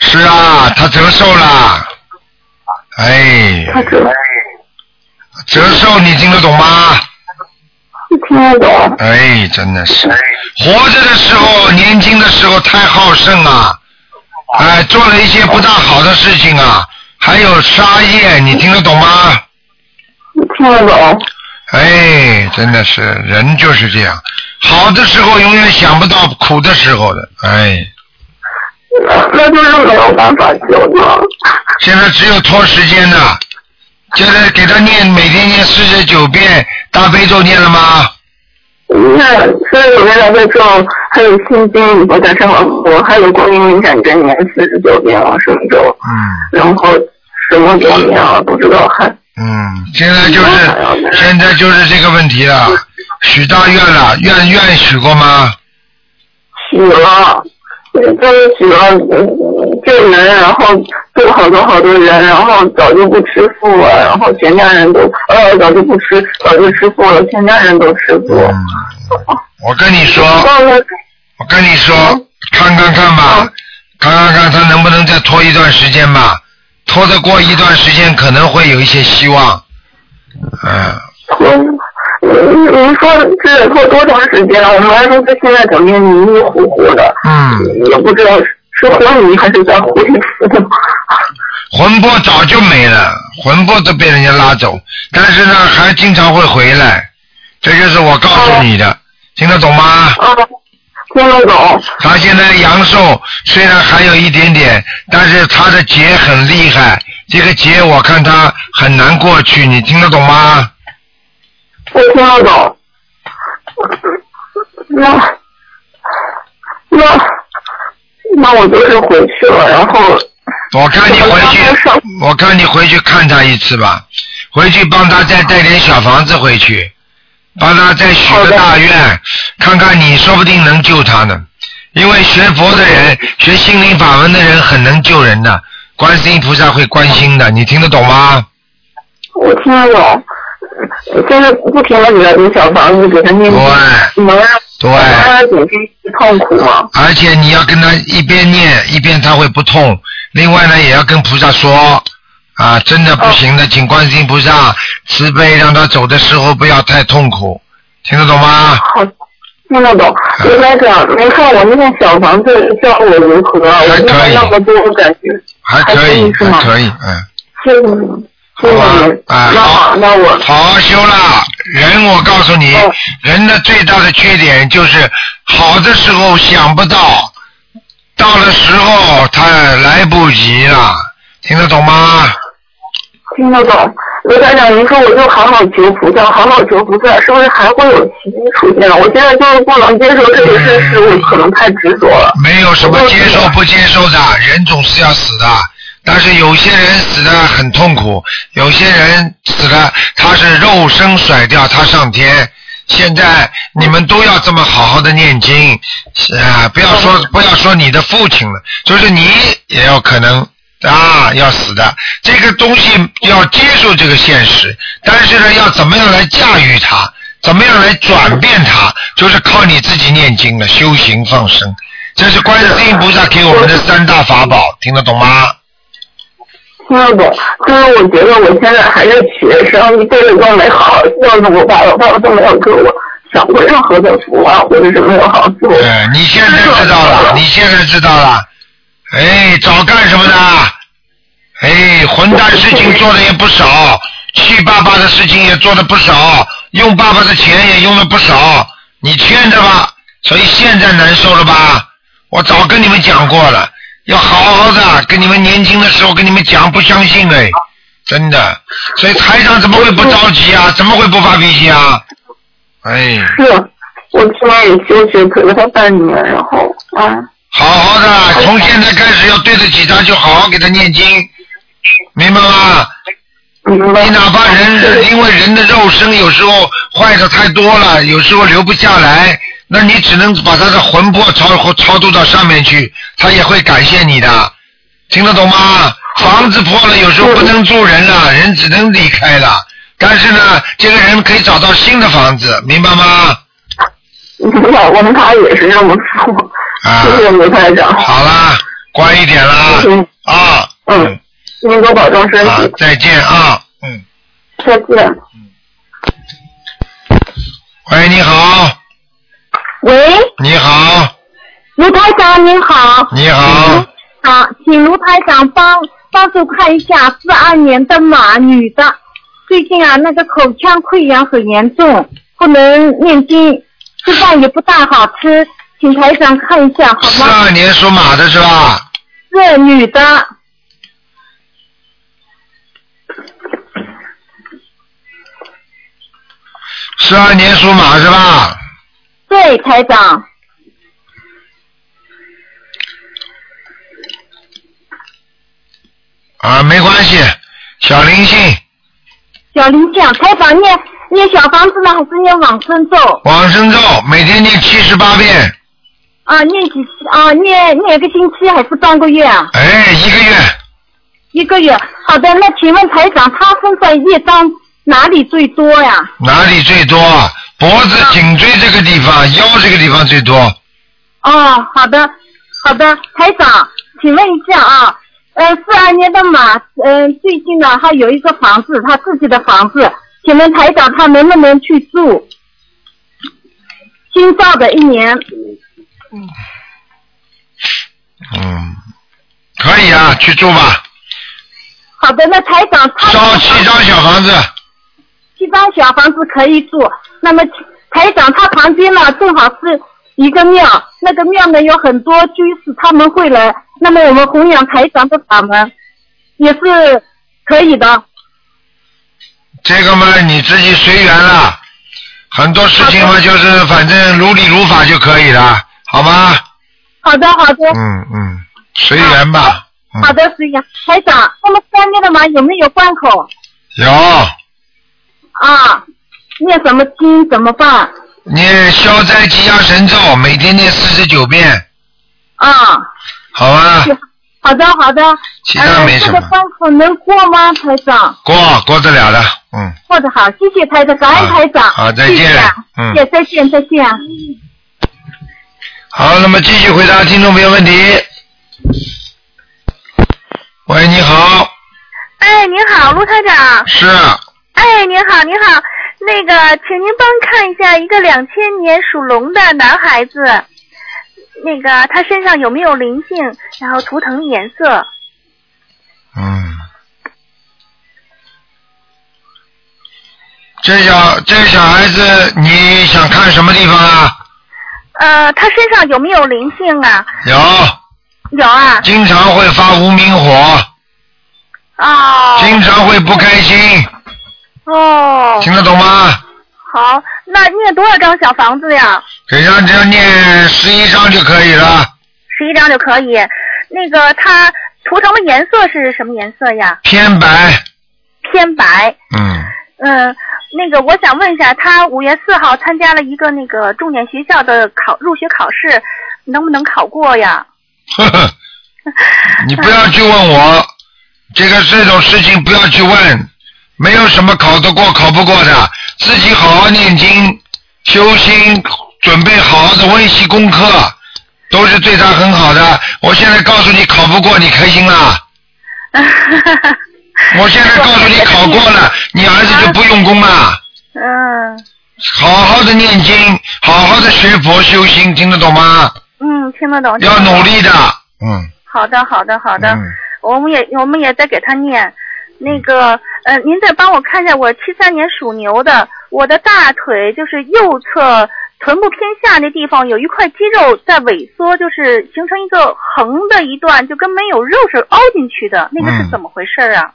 Speaker 1: 是啊，他折寿了。哎，
Speaker 3: 他只
Speaker 1: 折寿你听得懂吗？
Speaker 3: 听得懂。
Speaker 1: 哎，真的是，活着的时候，年轻的时候太好胜啊，哎，做了一些不大好的事情啊，还有杀业，你听得懂吗？
Speaker 3: 听得懂，
Speaker 1: 哎，真的是，人就是这样，好的时候永远想不到苦的时候的，哎，
Speaker 3: 那那就是没有办法救他。
Speaker 1: 现在只有拖时间呐、现在给他念，每天念四十九遍大悲咒，念了吗？
Speaker 3: 嗯那所以我们两个咒，还有心经，我加上我还有光明灵感真言四十九啊遍往生咒，
Speaker 1: 嗯
Speaker 3: 然后什么都没有，不知道还
Speaker 1: 嗯，现在就是现在就是这个问题了，许大愿了，愿愿许过吗？
Speaker 3: 许了，就是许了嗯这人，然后救好多好多人，然后早就不吃素了，然后全家人都呃早就不吃，早就吃素了，全家人都吃素。
Speaker 1: 嗯，我跟你说，
Speaker 3: 到了
Speaker 1: 我跟你说，看看看吧，看看看他能不能再拖一段时间吧，拖得过一段时间可能会有一些希望。嗯，
Speaker 3: 嗯，您您说这拖多长时间了？我们来说这现在整天迷迷糊糊的，
Speaker 1: 嗯，
Speaker 3: 也不知道是是昏迷还是在恢复。
Speaker 1: 魂魄早就没了，魂魄都被人家拉走，但是呢，还经常会回来，这就是我告诉你的，听得懂吗？
Speaker 3: 啊，听得懂，
Speaker 1: 他现在阳寿虽然还有一点点，但是他的劫很厉害，这个劫我看他很难过去，你听得懂吗？
Speaker 3: 我听得懂。那那那我就是回去了，然后
Speaker 1: 我看你回
Speaker 3: 我上
Speaker 1: 去，我看你回去看他一次吧，回去帮他再带点小房子回去，帮他再许个大愿，看看你说不定能救他呢。因为学佛的人、学心灵法门的人很能救人的，观世音菩萨会关心的，你听得懂吗？
Speaker 3: 我听得懂，就是不停的给他读小房子，给他念经，
Speaker 1: 对
Speaker 3: 能让
Speaker 1: 对。
Speaker 3: 能让他减轻痛苦吗？
Speaker 1: 而且你要跟他一边念一边他会不痛，另外呢也要跟菩萨说啊，真的不行的，请观世音菩萨慈悲，让他走的时候不要太痛苦，听得懂吗？
Speaker 3: 好，听得懂。刘台长，您看我那个小房子效果如何？我念了那么多，感觉
Speaker 1: 还可以，
Speaker 3: 是吗
Speaker 1: 还可以，嗯，
Speaker 3: 谢谢您，谢谢您。
Speaker 1: 啊
Speaker 3: 那好，那我
Speaker 1: 好好修啦。人，我告诉你
Speaker 3: 嗯，
Speaker 1: 人的最大的缺点就是好的时候想不到，到了时候他来不及了，听得懂吗？
Speaker 3: 听得懂。刘台长，您说我就好好求菩萨，好好求菩萨，是不是还会有奇迹出现？啊我现在就是不能接受这个事实，我可能太执着了。
Speaker 1: 没有什么接受不接受的，人总是要死的。但是有些人死的很痛苦，有些人死了他是肉身甩掉，他上天。现在你们都要这么好好的念经，啊，不要说不要说你的父亲了，就是你也有可能啊要死的。这个东西要接受这个现实，但是呢，要怎么样来驾驭它，怎么样来转变它，就是靠你自己念经了，修行放生。这是观世音菩萨给我们的三大法宝，听得懂吗？
Speaker 3: 听得懂，就是我觉得我现在还是学生，这个都没好，要是我爸，我爸爸都没有给我想过任何的福啊，或者是没有好处。
Speaker 1: 对，你现在知道了，你现在知道了。哎，早干什么呢？哎，混蛋事情做的也不少，气爸爸的事情也做的不少，用爸爸的钱也用了不少，你欠着吧，所以现在难受了吧？我早跟你们讲过了，要好好的，跟你们年轻的时候跟你们讲，不相信哎，真的，所以台长怎么会不着急啊？怎么会不发脾气啊？哎。
Speaker 3: 是，我去年也休学陪了他半年，然后啊，
Speaker 1: 好好的，从现在开始要对得起他，就好好给他念经，明白吗？
Speaker 3: 明白。
Speaker 1: 你哪怕人，因为人的肉身有时候坏的太多了，有时候留不下来，那你只能把他的魂魄超超度到上面去，他也会感谢你的，听得懂吗？房子破了，有时候不能住人了，人只能离开了。但是呢，这个人可以找到新的房子，明白吗？
Speaker 3: 明白，我们他也是这么说。
Speaker 1: 啊
Speaker 3: 谢谢刘台长，
Speaker 1: 好啦，乖一点啦，
Speaker 3: 嗯
Speaker 1: 啊，
Speaker 3: 嗯，您多保重身
Speaker 1: 好，
Speaker 3: 体，
Speaker 1: 再见啊，嗯，
Speaker 3: 再见。
Speaker 1: 喂，你好，
Speaker 5: 喂，
Speaker 1: 你好，
Speaker 5: 卢台
Speaker 3: 啊
Speaker 5: 长您好，
Speaker 1: 你好，
Speaker 5: 好，请卢台长帮帮助看一下四二年的马女的，最近啊那个口腔溃疡很严重，不能念经，吃饭也不大好吃，请台长看一下好
Speaker 1: 四
Speaker 5: 吗？
Speaker 1: 二年属马的是吧？
Speaker 5: 是女的，
Speaker 1: 四二年属马是吧？
Speaker 5: 对台长，
Speaker 1: 啊，没关系，小灵性，
Speaker 5: 小林讲台长念念小房子呢，还是念往生咒？
Speaker 1: 往生咒每天念七十八遍，
Speaker 5: 啊，念几次啊？念念一个星期还是半个月啊？
Speaker 1: 哎，一个月，
Speaker 5: 一个月。好的，那请问台长，他身上业障哪里最多呀？
Speaker 1: 哪里最多？脖子、颈椎这个地方，腰这个地方最多。
Speaker 5: 哦，好的，好的，台长，请问一下啊，呃，四二年的马，嗯、最近呢，他有一个房子，他自己的房子，请问台长，他能不能去住？新造的一年，
Speaker 1: 嗯，可以啊，去住吧，
Speaker 5: 好的，那台长他
Speaker 1: 烧七张小房子，
Speaker 5: 七张小房子可以住。那么台长他旁边呢，正好是一个庙，那个庙呢有很多居士他们会来，那么我们弘扬台长的法门也是可以的。
Speaker 1: 这个嘛，你自己随缘了。很多事情嘛，就是反正如理如法就可以了，好吗？
Speaker 5: 好的，好的，
Speaker 1: 嗯嗯，随缘吧。嗯、
Speaker 5: 好。的，是呀，台长。那么三面的马有没有关口
Speaker 1: 有
Speaker 5: 啊？念什么经怎么办
Speaker 1: 念消灾吉祥神咒，每天念四十九遍，
Speaker 5: 啊？
Speaker 1: 好吗？
Speaker 5: 是好的，好的。
Speaker 1: 其他
Speaker 5: 呃
Speaker 1: 没，什
Speaker 5: 这
Speaker 1: 么
Speaker 5: 个关口能过吗，台长？
Speaker 1: 过过得了的，嗯。
Speaker 5: 过得好，谢谢台长，感恩
Speaker 1: 好
Speaker 5: 台长。
Speaker 1: 好再见
Speaker 5: 谢谢啊
Speaker 1: 嗯
Speaker 5: 谢谢，再见，再见啊。
Speaker 1: 好，那么继续回答听众朋友问题。喂，你好，
Speaker 6: 哎，您好，卢台长。
Speaker 1: 是
Speaker 6: 哎，您好，您好，
Speaker 5: 那个，请您帮看一下一个两千年属龙的男孩子，那个他身上有没有灵性，然后图腾颜色。
Speaker 1: 嗯，这小这小孩子，你想看什么地方啊？
Speaker 5: 呃，他身上有没有灵性啊？
Speaker 1: 有，
Speaker 5: 有啊。
Speaker 1: 经常会发无名火，
Speaker 5: 哦。
Speaker 1: 经常会不开心，
Speaker 5: 哦。
Speaker 1: 听得懂吗？
Speaker 5: 好，那念多少张小房子呀？
Speaker 1: 给他只要念十一章就可以了，
Speaker 5: 十一张就可以。那个他图腾的颜色是什么颜色呀？
Speaker 1: 偏白，
Speaker 5: 偏白。
Speaker 1: 嗯，
Speaker 5: 嗯，那个我想问一下，他五月四号参加了一个那个重点学校的考入学考试，能不能考过呀？
Speaker 1: 呵呵， 你不要去问我，这个这种事情不要去问，没有什么考得过考不过的，自己好好念经、修心，准备好好的温习功课，都是对他很好的。我现在告诉你，考不过你开心啦。我现在告诉你，考过了，你儿子就不用功了。
Speaker 5: 嗯
Speaker 1: 好好的念经，好好的学佛修心，听得懂吗？
Speaker 5: 嗯，听得懂。听得
Speaker 1: 要
Speaker 5: 懂
Speaker 1: 努力的。，嗯。
Speaker 5: 好的，好的，好的。
Speaker 1: 嗯
Speaker 5: 我们也我们也在给他念。那个呃，您再帮我看一下，我七三年属牛的，我的大腿就是右侧臀部偏下那地方有一块肌肉在萎缩，就是形成一个横的一段，就跟没有肉是凹进去的，那个是
Speaker 1: 嗯
Speaker 5: 怎么回事儿啊？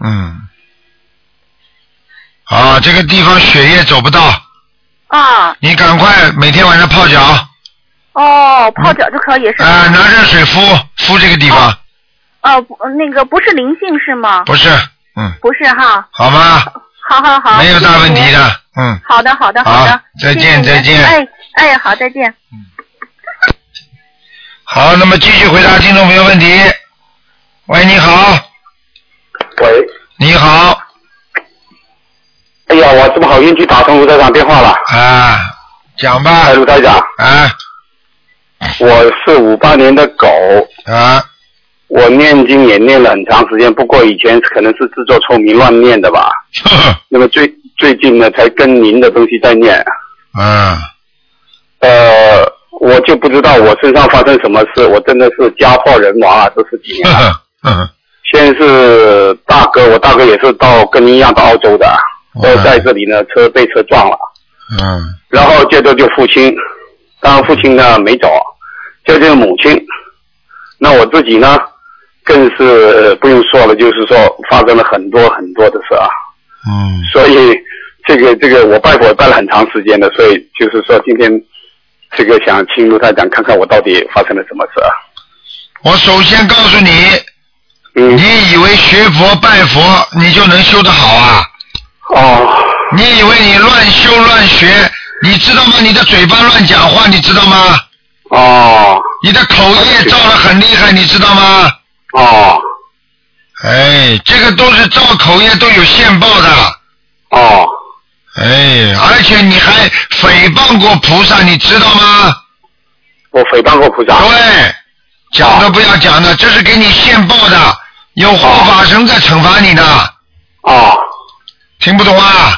Speaker 1: 嗯，啊，这个地方血液走不到，嗯
Speaker 5: 啊，
Speaker 1: 你赶快每天晚上泡脚，啊、
Speaker 5: 哦，泡脚就可以是吧？
Speaker 1: 拿热水敷敷这个地方，
Speaker 5: 哦，不，那个不是灵性是吗？
Speaker 1: 不是，嗯，
Speaker 5: 不是哈，
Speaker 1: 好吗？
Speaker 5: 好好好，
Speaker 1: 没有大问
Speaker 5: 谢谢
Speaker 1: 题
Speaker 5: 您
Speaker 1: 的，嗯。
Speaker 5: 好的，好的，好的
Speaker 1: 好，再见
Speaker 5: 谢谢您
Speaker 1: 再见
Speaker 5: 哎哎，好，再见。
Speaker 1: 好，那么继续回答听众朋友问题。喂，你好，
Speaker 7: 喂，
Speaker 1: 你好，
Speaker 7: 哎呀，我这么好运气打通卢台长电话了。
Speaker 1: 啊，讲吧
Speaker 7: 哎，，卢台长，
Speaker 1: 啊
Speaker 7: 我是五八年的狗，
Speaker 1: 啊，
Speaker 7: 我念经也念了很长时间，不过以前可能是自作聪明乱念的吧。
Speaker 1: 呵呵，
Speaker 7: 那么最最近呢，才跟您的东西在念。
Speaker 1: 嗯
Speaker 7: 呃，我就不知道我身上发生什么事，我真的是家破人亡啊，这十几年
Speaker 1: 呵
Speaker 7: 了。
Speaker 1: 呵，呵呵，
Speaker 7: 先是大哥，我大哥也是到跟您一样到澳洲的，
Speaker 1: 嗯
Speaker 7: 呃，在这里呢车被车撞了。
Speaker 1: 嗯
Speaker 7: 然后接着就父亲，当然父亲呢没走，接着就母亲，那我自己呢，更是呃不用说了，就是说发生了很多很多的事啊，
Speaker 1: 嗯
Speaker 7: 所以这个这个我拜佛也拜了很长时间的，所以就是说今天这个想请卢台长看看我到底发生了什么事啊，
Speaker 1: 我首先告诉你，
Speaker 7: 嗯，
Speaker 1: 你以为学佛拜佛你就能修得好啊？
Speaker 7: 哦，
Speaker 1: 你以为你乱修乱学，你知道吗？你的嘴巴乱讲话，你知道吗？
Speaker 7: 哦，
Speaker 1: 你的口业造的很厉害，你知道吗？
Speaker 7: 哦，
Speaker 1: 哎，这个都是造口业都有现报的。
Speaker 7: 哦，
Speaker 1: 哎，而且你还诽谤过菩萨，你知道吗？
Speaker 7: 我诽谤过菩萨，
Speaker 1: 对，讲都不要讲的，这是给你现报的，有护法神在惩罚你的，
Speaker 7: 哦，
Speaker 1: 听不懂啊？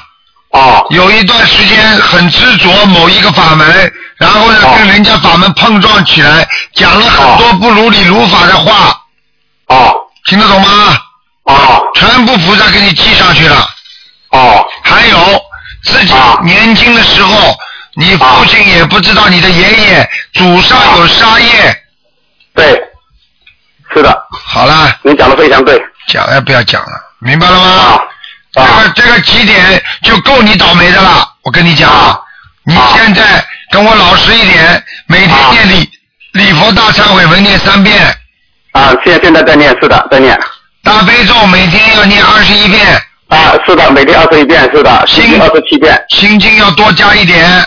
Speaker 7: 哦，
Speaker 1: 有一段时间很执着某一个法门，然后呢
Speaker 7: 哦
Speaker 1: 跟人家法门碰撞起来，讲了很多不如理如法的话，
Speaker 7: 哦，
Speaker 1: 听得懂吗？
Speaker 7: 哦，
Speaker 1: 全部菩萨给你记上去了。
Speaker 7: 哦，
Speaker 1: 还有自己
Speaker 7: 哦
Speaker 1: 年轻的时候，你父亲也不知道你的爷爷祖上有杀业。
Speaker 7: 对，是的。
Speaker 1: 好了，
Speaker 7: 您讲的非常对。
Speaker 1: 讲也不要讲了，明白了
Speaker 7: 啊
Speaker 1: 吗？这个
Speaker 7: 啊
Speaker 1: 这个几点就够你倒霉的了，我跟你讲。
Speaker 7: 啊
Speaker 1: 你
Speaker 7: 啊
Speaker 1: 现在跟我老实一点，每天
Speaker 7: 啊
Speaker 1: 念礼礼佛大忏悔文念三遍，
Speaker 7: 啊！现现在在念，是的，在念。
Speaker 1: 大悲咒每天要念二十一遍，
Speaker 7: 啊，是的，每天二十一遍，是的，
Speaker 1: 行
Speaker 7: 二十七遍，
Speaker 1: 心经要多加一点，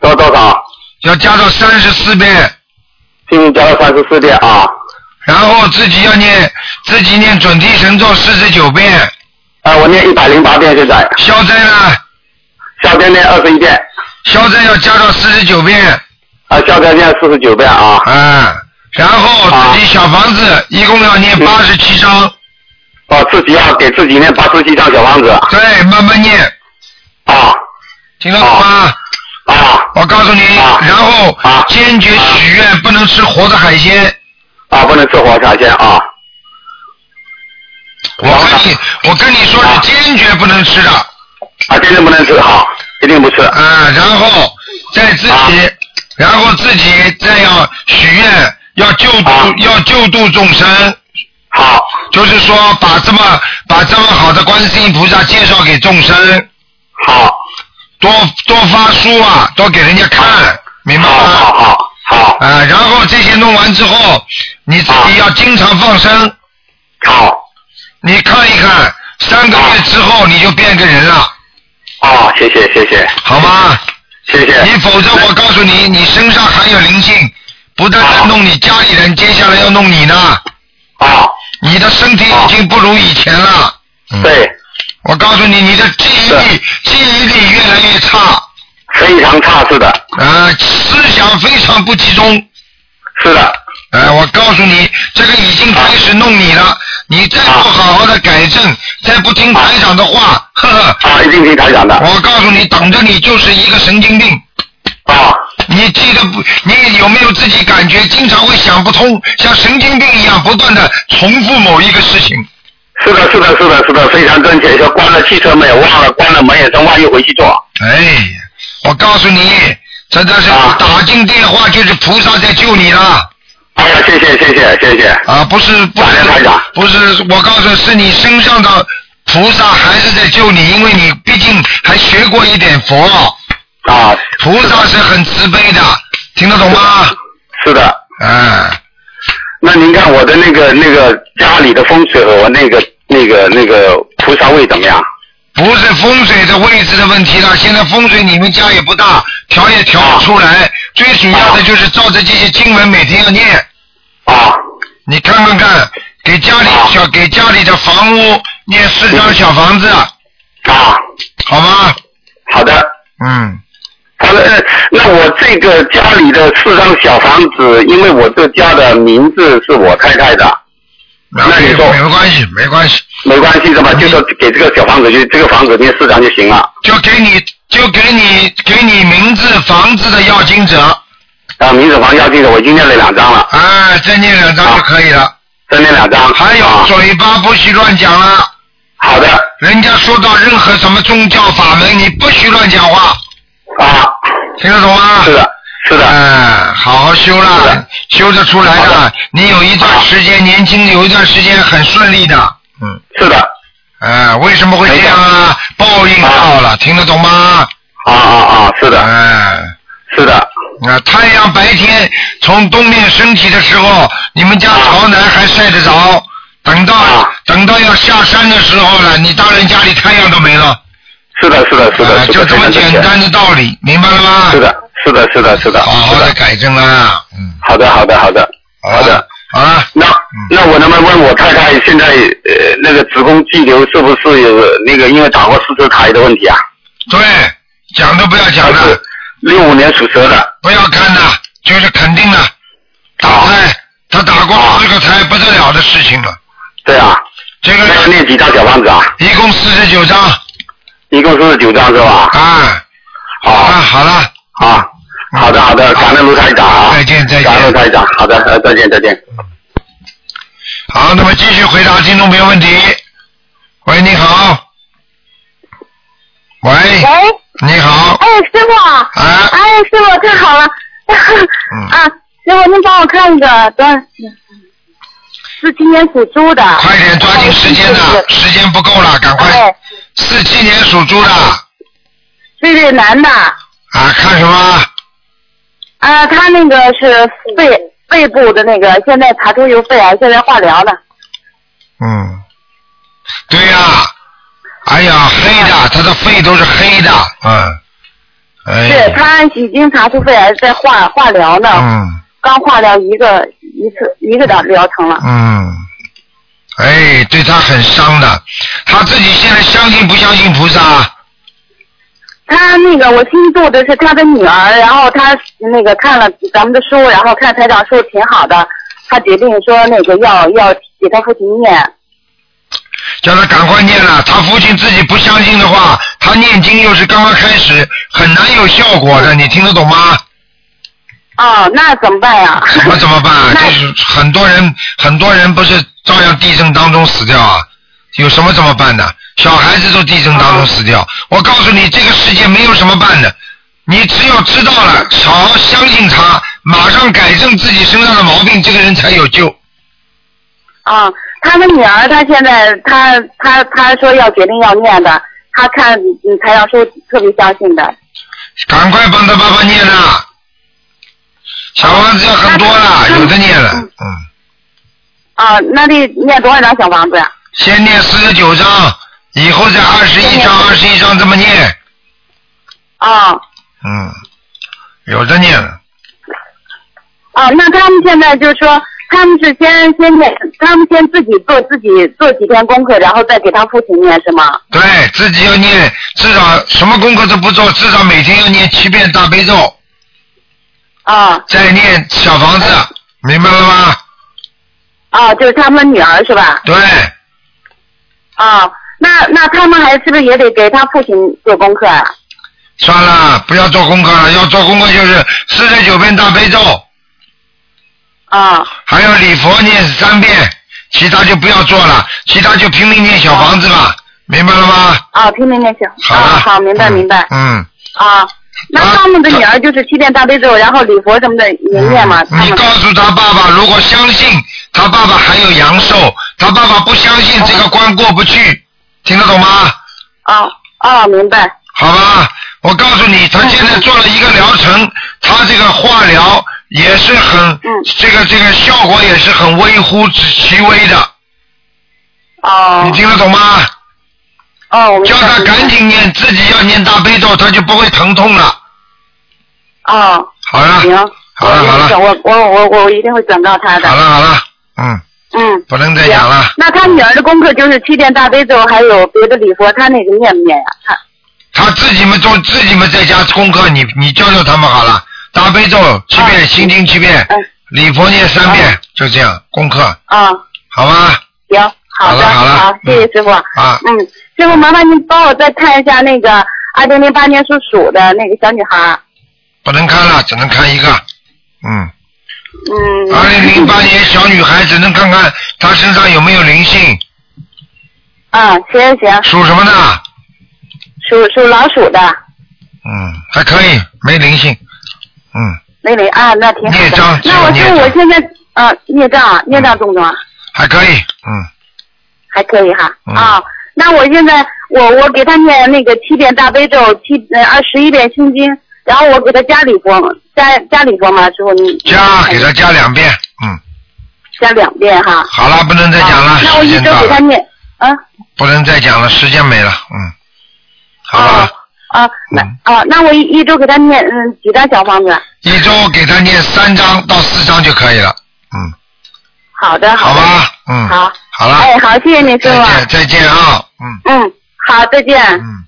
Speaker 7: 多多少？
Speaker 1: 要加到三十四遍，
Speaker 7: 今天加到三十四遍啊！
Speaker 1: 然后自己要念自己念准提神咒四十九遍，
Speaker 7: 啊，我念一百零八遍，现在
Speaker 1: 消灾呢，
Speaker 7: 夏天念二十一遍，
Speaker 1: 消灾要加到四十九遍，
Speaker 7: 啊，夏天念四十九遍啊，
Speaker 1: 啊，然后自己小房子一共要念八十七章，
Speaker 7: 哦，自己要给自己念八十七张小房子
Speaker 1: 对，慢慢念，
Speaker 7: 啊
Speaker 1: 听得懂吗？
Speaker 7: 啊
Speaker 1: 我告诉你，
Speaker 7: 啊
Speaker 1: 然后
Speaker 7: 啊
Speaker 1: 坚决许愿，不能吃活的海鲜。
Speaker 7: 啊！不能吃活海鲜啊！
Speaker 1: 我跟你，我跟你说是
Speaker 7: 啊
Speaker 1: 坚决不能吃的
Speaker 7: 啊，坚决不能吃，好，一定不吃。
Speaker 1: 啊，然后再自
Speaker 7: 啊
Speaker 1: 己，然后自己再要许愿，要救度
Speaker 7: 啊，
Speaker 1: 要救度众生，
Speaker 7: 好，
Speaker 1: 就是说把这么把这么好的观世音菩萨介绍给众生，
Speaker 7: 好，
Speaker 1: 多多发书啊，多给人家看，明白
Speaker 7: 啊好，
Speaker 1: 吗？
Speaker 7: 好，好，
Speaker 1: 啊，然后这些弄完之后，你自
Speaker 7: 啊
Speaker 1: 己要经常放生，
Speaker 7: 好，
Speaker 1: 你看一看，三个月之后你就变个人了，
Speaker 7: 好，啊谢谢，谢谢，
Speaker 1: 好吗？
Speaker 7: 谢谢。
Speaker 1: 你否则我告诉你，你身上还有灵性，不但在弄你家里人，接下来要弄你呢。
Speaker 7: 啊，
Speaker 1: 你的身体已经不如以前了。嗯，
Speaker 7: 对，
Speaker 1: 我告诉你，你的记忆力记忆力越来越差，
Speaker 7: 非常差，是的，
Speaker 1: 呃，思想非常不集中。
Speaker 7: 是的，
Speaker 1: 呃，我告诉你，这个已经开始弄你了。你再不好好的改正，再不听台长的话，呵呵，
Speaker 7: 啊，一定听台长的。
Speaker 1: 我告诉你，等着你就是一个神经病。
Speaker 7: 啊，
Speaker 1: 你记得不？你有没有自己感觉经常会想不通，像神经病一样不断的重复某一个事情？
Speaker 7: 是的，是的，是的，是的，非常正确。说关了汽车门也忘了，关了门也真忘，又回去做。
Speaker 1: 哎，我告诉你，真的是
Speaker 7: 啊
Speaker 1: 打进电话就是菩萨在救你了
Speaker 7: 哎呀，谢谢，谢谢，谢谢。
Speaker 1: 啊！不是不
Speaker 7: 感恩台
Speaker 1: 是
Speaker 7: 长
Speaker 1: 不是，我告诉你是你身上的菩萨还是在救你，因为你毕竟还学过一点佛，
Speaker 7: 啊，
Speaker 1: 菩萨是很慈悲的，听得懂吗？
Speaker 7: 是的。
Speaker 1: 哎，
Speaker 7: 那您看我的那个那个家里的风水和我那个那个那个菩萨位怎么样？
Speaker 1: 不是风水的位置的问题了，现在风水你们家也不大，调也调不出来。最主要的就是照着这些经文每天要念，
Speaker 7: 啊，
Speaker 1: 你看看看，给家里
Speaker 7: 啊
Speaker 1: 小给家里的房屋念四张小房子，
Speaker 7: 啊，
Speaker 1: 好吗？
Speaker 7: 好的。
Speaker 1: 嗯，
Speaker 7: 他的呃那我这个家里的四张小房子，因为我这家的名字是我太太的，
Speaker 1: 那
Speaker 7: 那你说
Speaker 1: 没关系，没关系，
Speaker 7: 没关系的
Speaker 1: 嗯
Speaker 7: 吧？就说给这个小房子，就这个房子念四张就行了。
Speaker 1: 就给你就给你给你名字房子的要经者，
Speaker 7: 啊，名字房要记的，我已经念了两张了，
Speaker 1: 哎，再念两张就可以了。
Speaker 7: 再念两张。
Speaker 1: 还有
Speaker 7: 啊
Speaker 1: 嘴巴不许乱讲了，
Speaker 7: 好的
Speaker 1: 人家说到任何什么宗教法门，你不许乱讲话。
Speaker 7: 啊，
Speaker 1: 听得懂吗？
Speaker 7: 是。的，是的，
Speaker 1: 哎，好好修
Speaker 7: 是
Speaker 1: 啦
Speaker 7: 的，
Speaker 1: 修得出来
Speaker 7: 好
Speaker 1: 的
Speaker 7: 的。
Speaker 1: 你有一段时间年轻，有一段时间很顺利的。嗯。
Speaker 7: 是的，
Speaker 1: 哎，为什么会这样啊？报应到了，听得懂吗？
Speaker 7: 啊啊啊，嗯是的，
Speaker 1: 哎，
Speaker 7: 是的，
Speaker 1: 啊，太阳白天从东面升起的时候，你们家
Speaker 7: 啊
Speaker 1: 朝南还晒得着。等到
Speaker 7: 啊
Speaker 1: 等到要下山的时候了，你大人家里太阳都没了，
Speaker 7: 是的，是的，是
Speaker 1: 哎
Speaker 7: 的，
Speaker 1: 就这么简单的道理，明白了吗？
Speaker 7: 是，的，是的，是的，是的，
Speaker 1: 好好
Speaker 7: 是
Speaker 1: 的
Speaker 7: 的，
Speaker 1: 改正啦，嗯，
Speaker 7: 好的，好的，好的，好的。
Speaker 1: 好啊了，好了。
Speaker 7: 那那我能不能问我太太现在呃那个子宫肌瘤是不是有那个因为打过四次胎的问题啊？
Speaker 1: 对，讲都不要讲
Speaker 7: 她
Speaker 1: 了
Speaker 7: 是，六五年属蛇的，
Speaker 1: 不要看了，就是肯定了，打
Speaker 7: 啊，
Speaker 1: 胎，他打过四个胎，不得了的事情了。
Speaker 7: 对啊，
Speaker 1: 这
Speaker 7: 那要
Speaker 1: 个
Speaker 7: 念几张小房子啊？
Speaker 1: 一共四十九张，
Speaker 7: 一共四十九张是吧？
Speaker 1: 啊，
Speaker 7: 好
Speaker 1: 啊，
Speaker 7: 啊
Speaker 1: 好了，
Speaker 7: 好的好的，感恩卢台长啊，
Speaker 1: 再见再见
Speaker 7: 感恩卢台长，好的，呃再见再见。
Speaker 1: 好，那么继续回答听众朋友问题。喂，你好。喂，
Speaker 3: 喂，
Speaker 1: 你好，
Speaker 3: 哎，师傅，
Speaker 1: 啊，
Speaker 3: 哎，师傅太好了，
Speaker 1: 嗯
Speaker 3: 啊，师傅您帮我看一个，多少？是今年属猪的。
Speaker 1: 快点抓紧时间呐，时间不够了，赶快。
Speaker 5: 哦
Speaker 3: 哎，
Speaker 1: 四七年属猪的，啊，
Speaker 3: 这是男的，
Speaker 1: 看什么？
Speaker 3: 啊，他那个是肺肺部的那个，现在查出有肺癌，现在化疗呢。
Speaker 1: 嗯，对呀、哎呀，黑
Speaker 3: 啊
Speaker 1: 的，他的肺都是黑的，嗯，哎，
Speaker 3: 是他已经查出肺癌，在化化疗呢，
Speaker 1: 嗯
Speaker 3: 刚化疗一个一次一个的疗程了。
Speaker 1: 嗯，哎，对他很伤的，他自己现在相信不相信菩萨？
Speaker 3: 他那个我新住的是他的女儿，然后他那个看了咱们的书，然后看台长书挺好的，他决定说那个要要给他父亲念。
Speaker 1: 叫他赶快念了。他父亲自己不相信的话，他念经又是刚刚开始，很难有效果的。你听得懂吗？
Speaker 5: 哦，那怎么办呀？
Speaker 1: 怎么怎 么办？就是很多人，很多人不是照样地震当中死掉啊？有什么怎么办呢？小孩子都地震当中死掉。我告诉你，这个世界没有什么办的，你只有知道了，好好相信他，马上改正自己身上的毛病，这个人才有救。
Speaker 5: 啊、他的女儿，她现在她她她说要决定要念的，她看嗯台长说特别相信的。
Speaker 1: 赶快帮他爸爸念呐！小房子要很多了，有的念了，嗯。
Speaker 5: 啊，那得念多少张小房子呀、
Speaker 1: 先念四十九章，以后再二十一章，二十一章这么念，
Speaker 5: 啊？
Speaker 1: 嗯，有的念了，
Speaker 5: 哦，那他们现在就是说，他们是先先念，他们先自己做自己做几天功课，然后再给他父亲念是吗？
Speaker 1: 对自己要念，至少什么功课都不做，至少每天要念七遍大悲咒，
Speaker 5: 啊
Speaker 1: 再念小房子，明白了吗？
Speaker 5: 啊，就是他们女儿是吧？
Speaker 1: 对，
Speaker 5: 啊，那那他们还是不是也得给他父亲做功课啊？
Speaker 1: 算了，不要做功课了，要做功课就是四十九遍大悲咒，
Speaker 5: 啊
Speaker 1: 还有礼佛念三遍，其他就不要做了，其他就拼命念小房子吧，明白了吗？
Speaker 5: 啊，听明白行。
Speaker 1: 好
Speaker 5: 啊
Speaker 1: 了，，
Speaker 5: 好，明白
Speaker 1: 嗯
Speaker 5: 明白。
Speaker 1: 嗯。
Speaker 5: 啊，那他们的女儿就是七遍大悲咒，然后礼佛什么的
Speaker 1: 嗯
Speaker 5: 也念嘛。他
Speaker 1: 你
Speaker 5: 们
Speaker 1: 告诉他爸爸，如果相信他爸爸还有阳寿，他爸爸不相信这个关过不去，听得懂吗？
Speaker 5: 啊啊，明白
Speaker 1: 好吧，我告诉你，他现在做了一个疗程，他这个化疗也是很，
Speaker 5: 嗯
Speaker 1: 这个这个效果也是很微乎其微的，
Speaker 5: 哦
Speaker 1: 你听得懂吗？
Speaker 5: 哦，我明
Speaker 1: 叫
Speaker 5: 白
Speaker 1: 他
Speaker 5: 明白
Speaker 1: 赶紧念，自己要念大悲咒，他就不会疼痛了。
Speaker 5: 哦，
Speaker 1: 好了，
Speaker 5: 行，
Speaker 1: 好了，好了，
Speaker 5: 我我我我我一定会转告他的
Speaker 1: 好。了，好了，嗯，
Speaker 5: 嗯，
Speaker 1: 不能再讲了。
Speaker 5: 那他女儿的功课就是七遍大悲咒，还有别的礼佛，他那个念不念呀、他
Speaker 1: 他自己们做自己们在家功课，你你教教他们好了。大悲咒七遍，心经七遍，
Speaker 5: 啊嗯
Speaker 1: 礼佛念三遍，就这样功课，
Speaker 5: 啊、
Speaker 1: 好吧？
Speaker 5: 行，
Speaker 1: 好
Speaker 5: 好
Speaker 1: 了
Speaker 5: 的，
Speaker 1: 好了
Speaker 5: 谢谢师傅。
Speaker 1: 啊，
Speaker 5: 嗯，师傅麻烦您帮我再看一下那个二零零八年属鼠的那个小女孩儿。
Speaker 1: 不能看了，只能看一个。嗯，
Speaker 5: 嗯，
Speaker 1: 二零零八年小女孩只能看看她身上有没有灵性，
Speaker 5: 啊，行行行，
Speaker 1: 属什么的？
Speaker 5: 属属老鼠的，
Speaker 1: 嗯，还可以，没灵性。嗯，
Speaker 5: 那里啊，那挺好
Speaker 1: 孽
Speaker 5: 的。
Speaker 1: 障
Speaker 5: 那我
Speaker 1: 只
Speaker 5: 师
Speaker 1: 有
Speaker 5: 傅，
Speaker 1: 孽障
Speaker 5: 我现在啊，孽障啊孽障重不重啊？
Speaker 1: 还可以。嗯，
Speaker 5: 还可以哈。
Speaker 1: 嗯
Speaker 5: 啊，那我现在我我给他念那个七遍大悲咒，七呃二十一遍心经，然后我给他加礼佛，加加礼佛嘛，师傅你
Speaker 1: 加给她加两遍。嗯，
Speaker 5: 加两遍哈。
Speaker 1: 好了，不能再讲了，
Speaker 5: 啊那我
Speaker 1: 时
Speaker 5: 一
Speaker 1: 间
Speaker 5: 周
Speaker 1: 到
Speaker 5: 给他
Speaker 1: 了，
Speaker 5: 念啊
Speaker 1: 不能再讲了，时间没了。嗯，好嗯
Speaker 5: 啊
Speaker 1: 了。
Speaker 5: 啊，那啊那我一一周给他念嗯几张小房子？
Speaker 1: 一周给他念三章到四章就可以了。嗯，
Speaker 5: 好的
Speaker 1: 好
Speaker 5: 的，
Speaker 1: 吧，嗯，
Speaker 5: 好，
Speaker 1: 好了，
Speaker 5: 哎好，谢谢您师
Speaker 1: 再见，
Speaker 5: 傅，
Speaker 1: 再见啊，嗯
Speaker 5: 嗯好，再见。
Speaker 1: 嗯。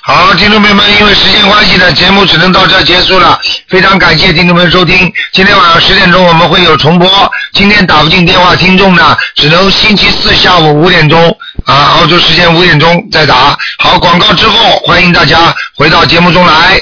Speaker 1: 好，听众朋友们，因为时间关系呢，节目只能到这儿结束了。非常感谢听众朋友收听，今天晚上十点钟我们会有重播。今天打不进电话，听众呢只能星期四下午五点钟啊，澳洲时间五点钟再打。好，广告之后，欢迎大家回到节目中来。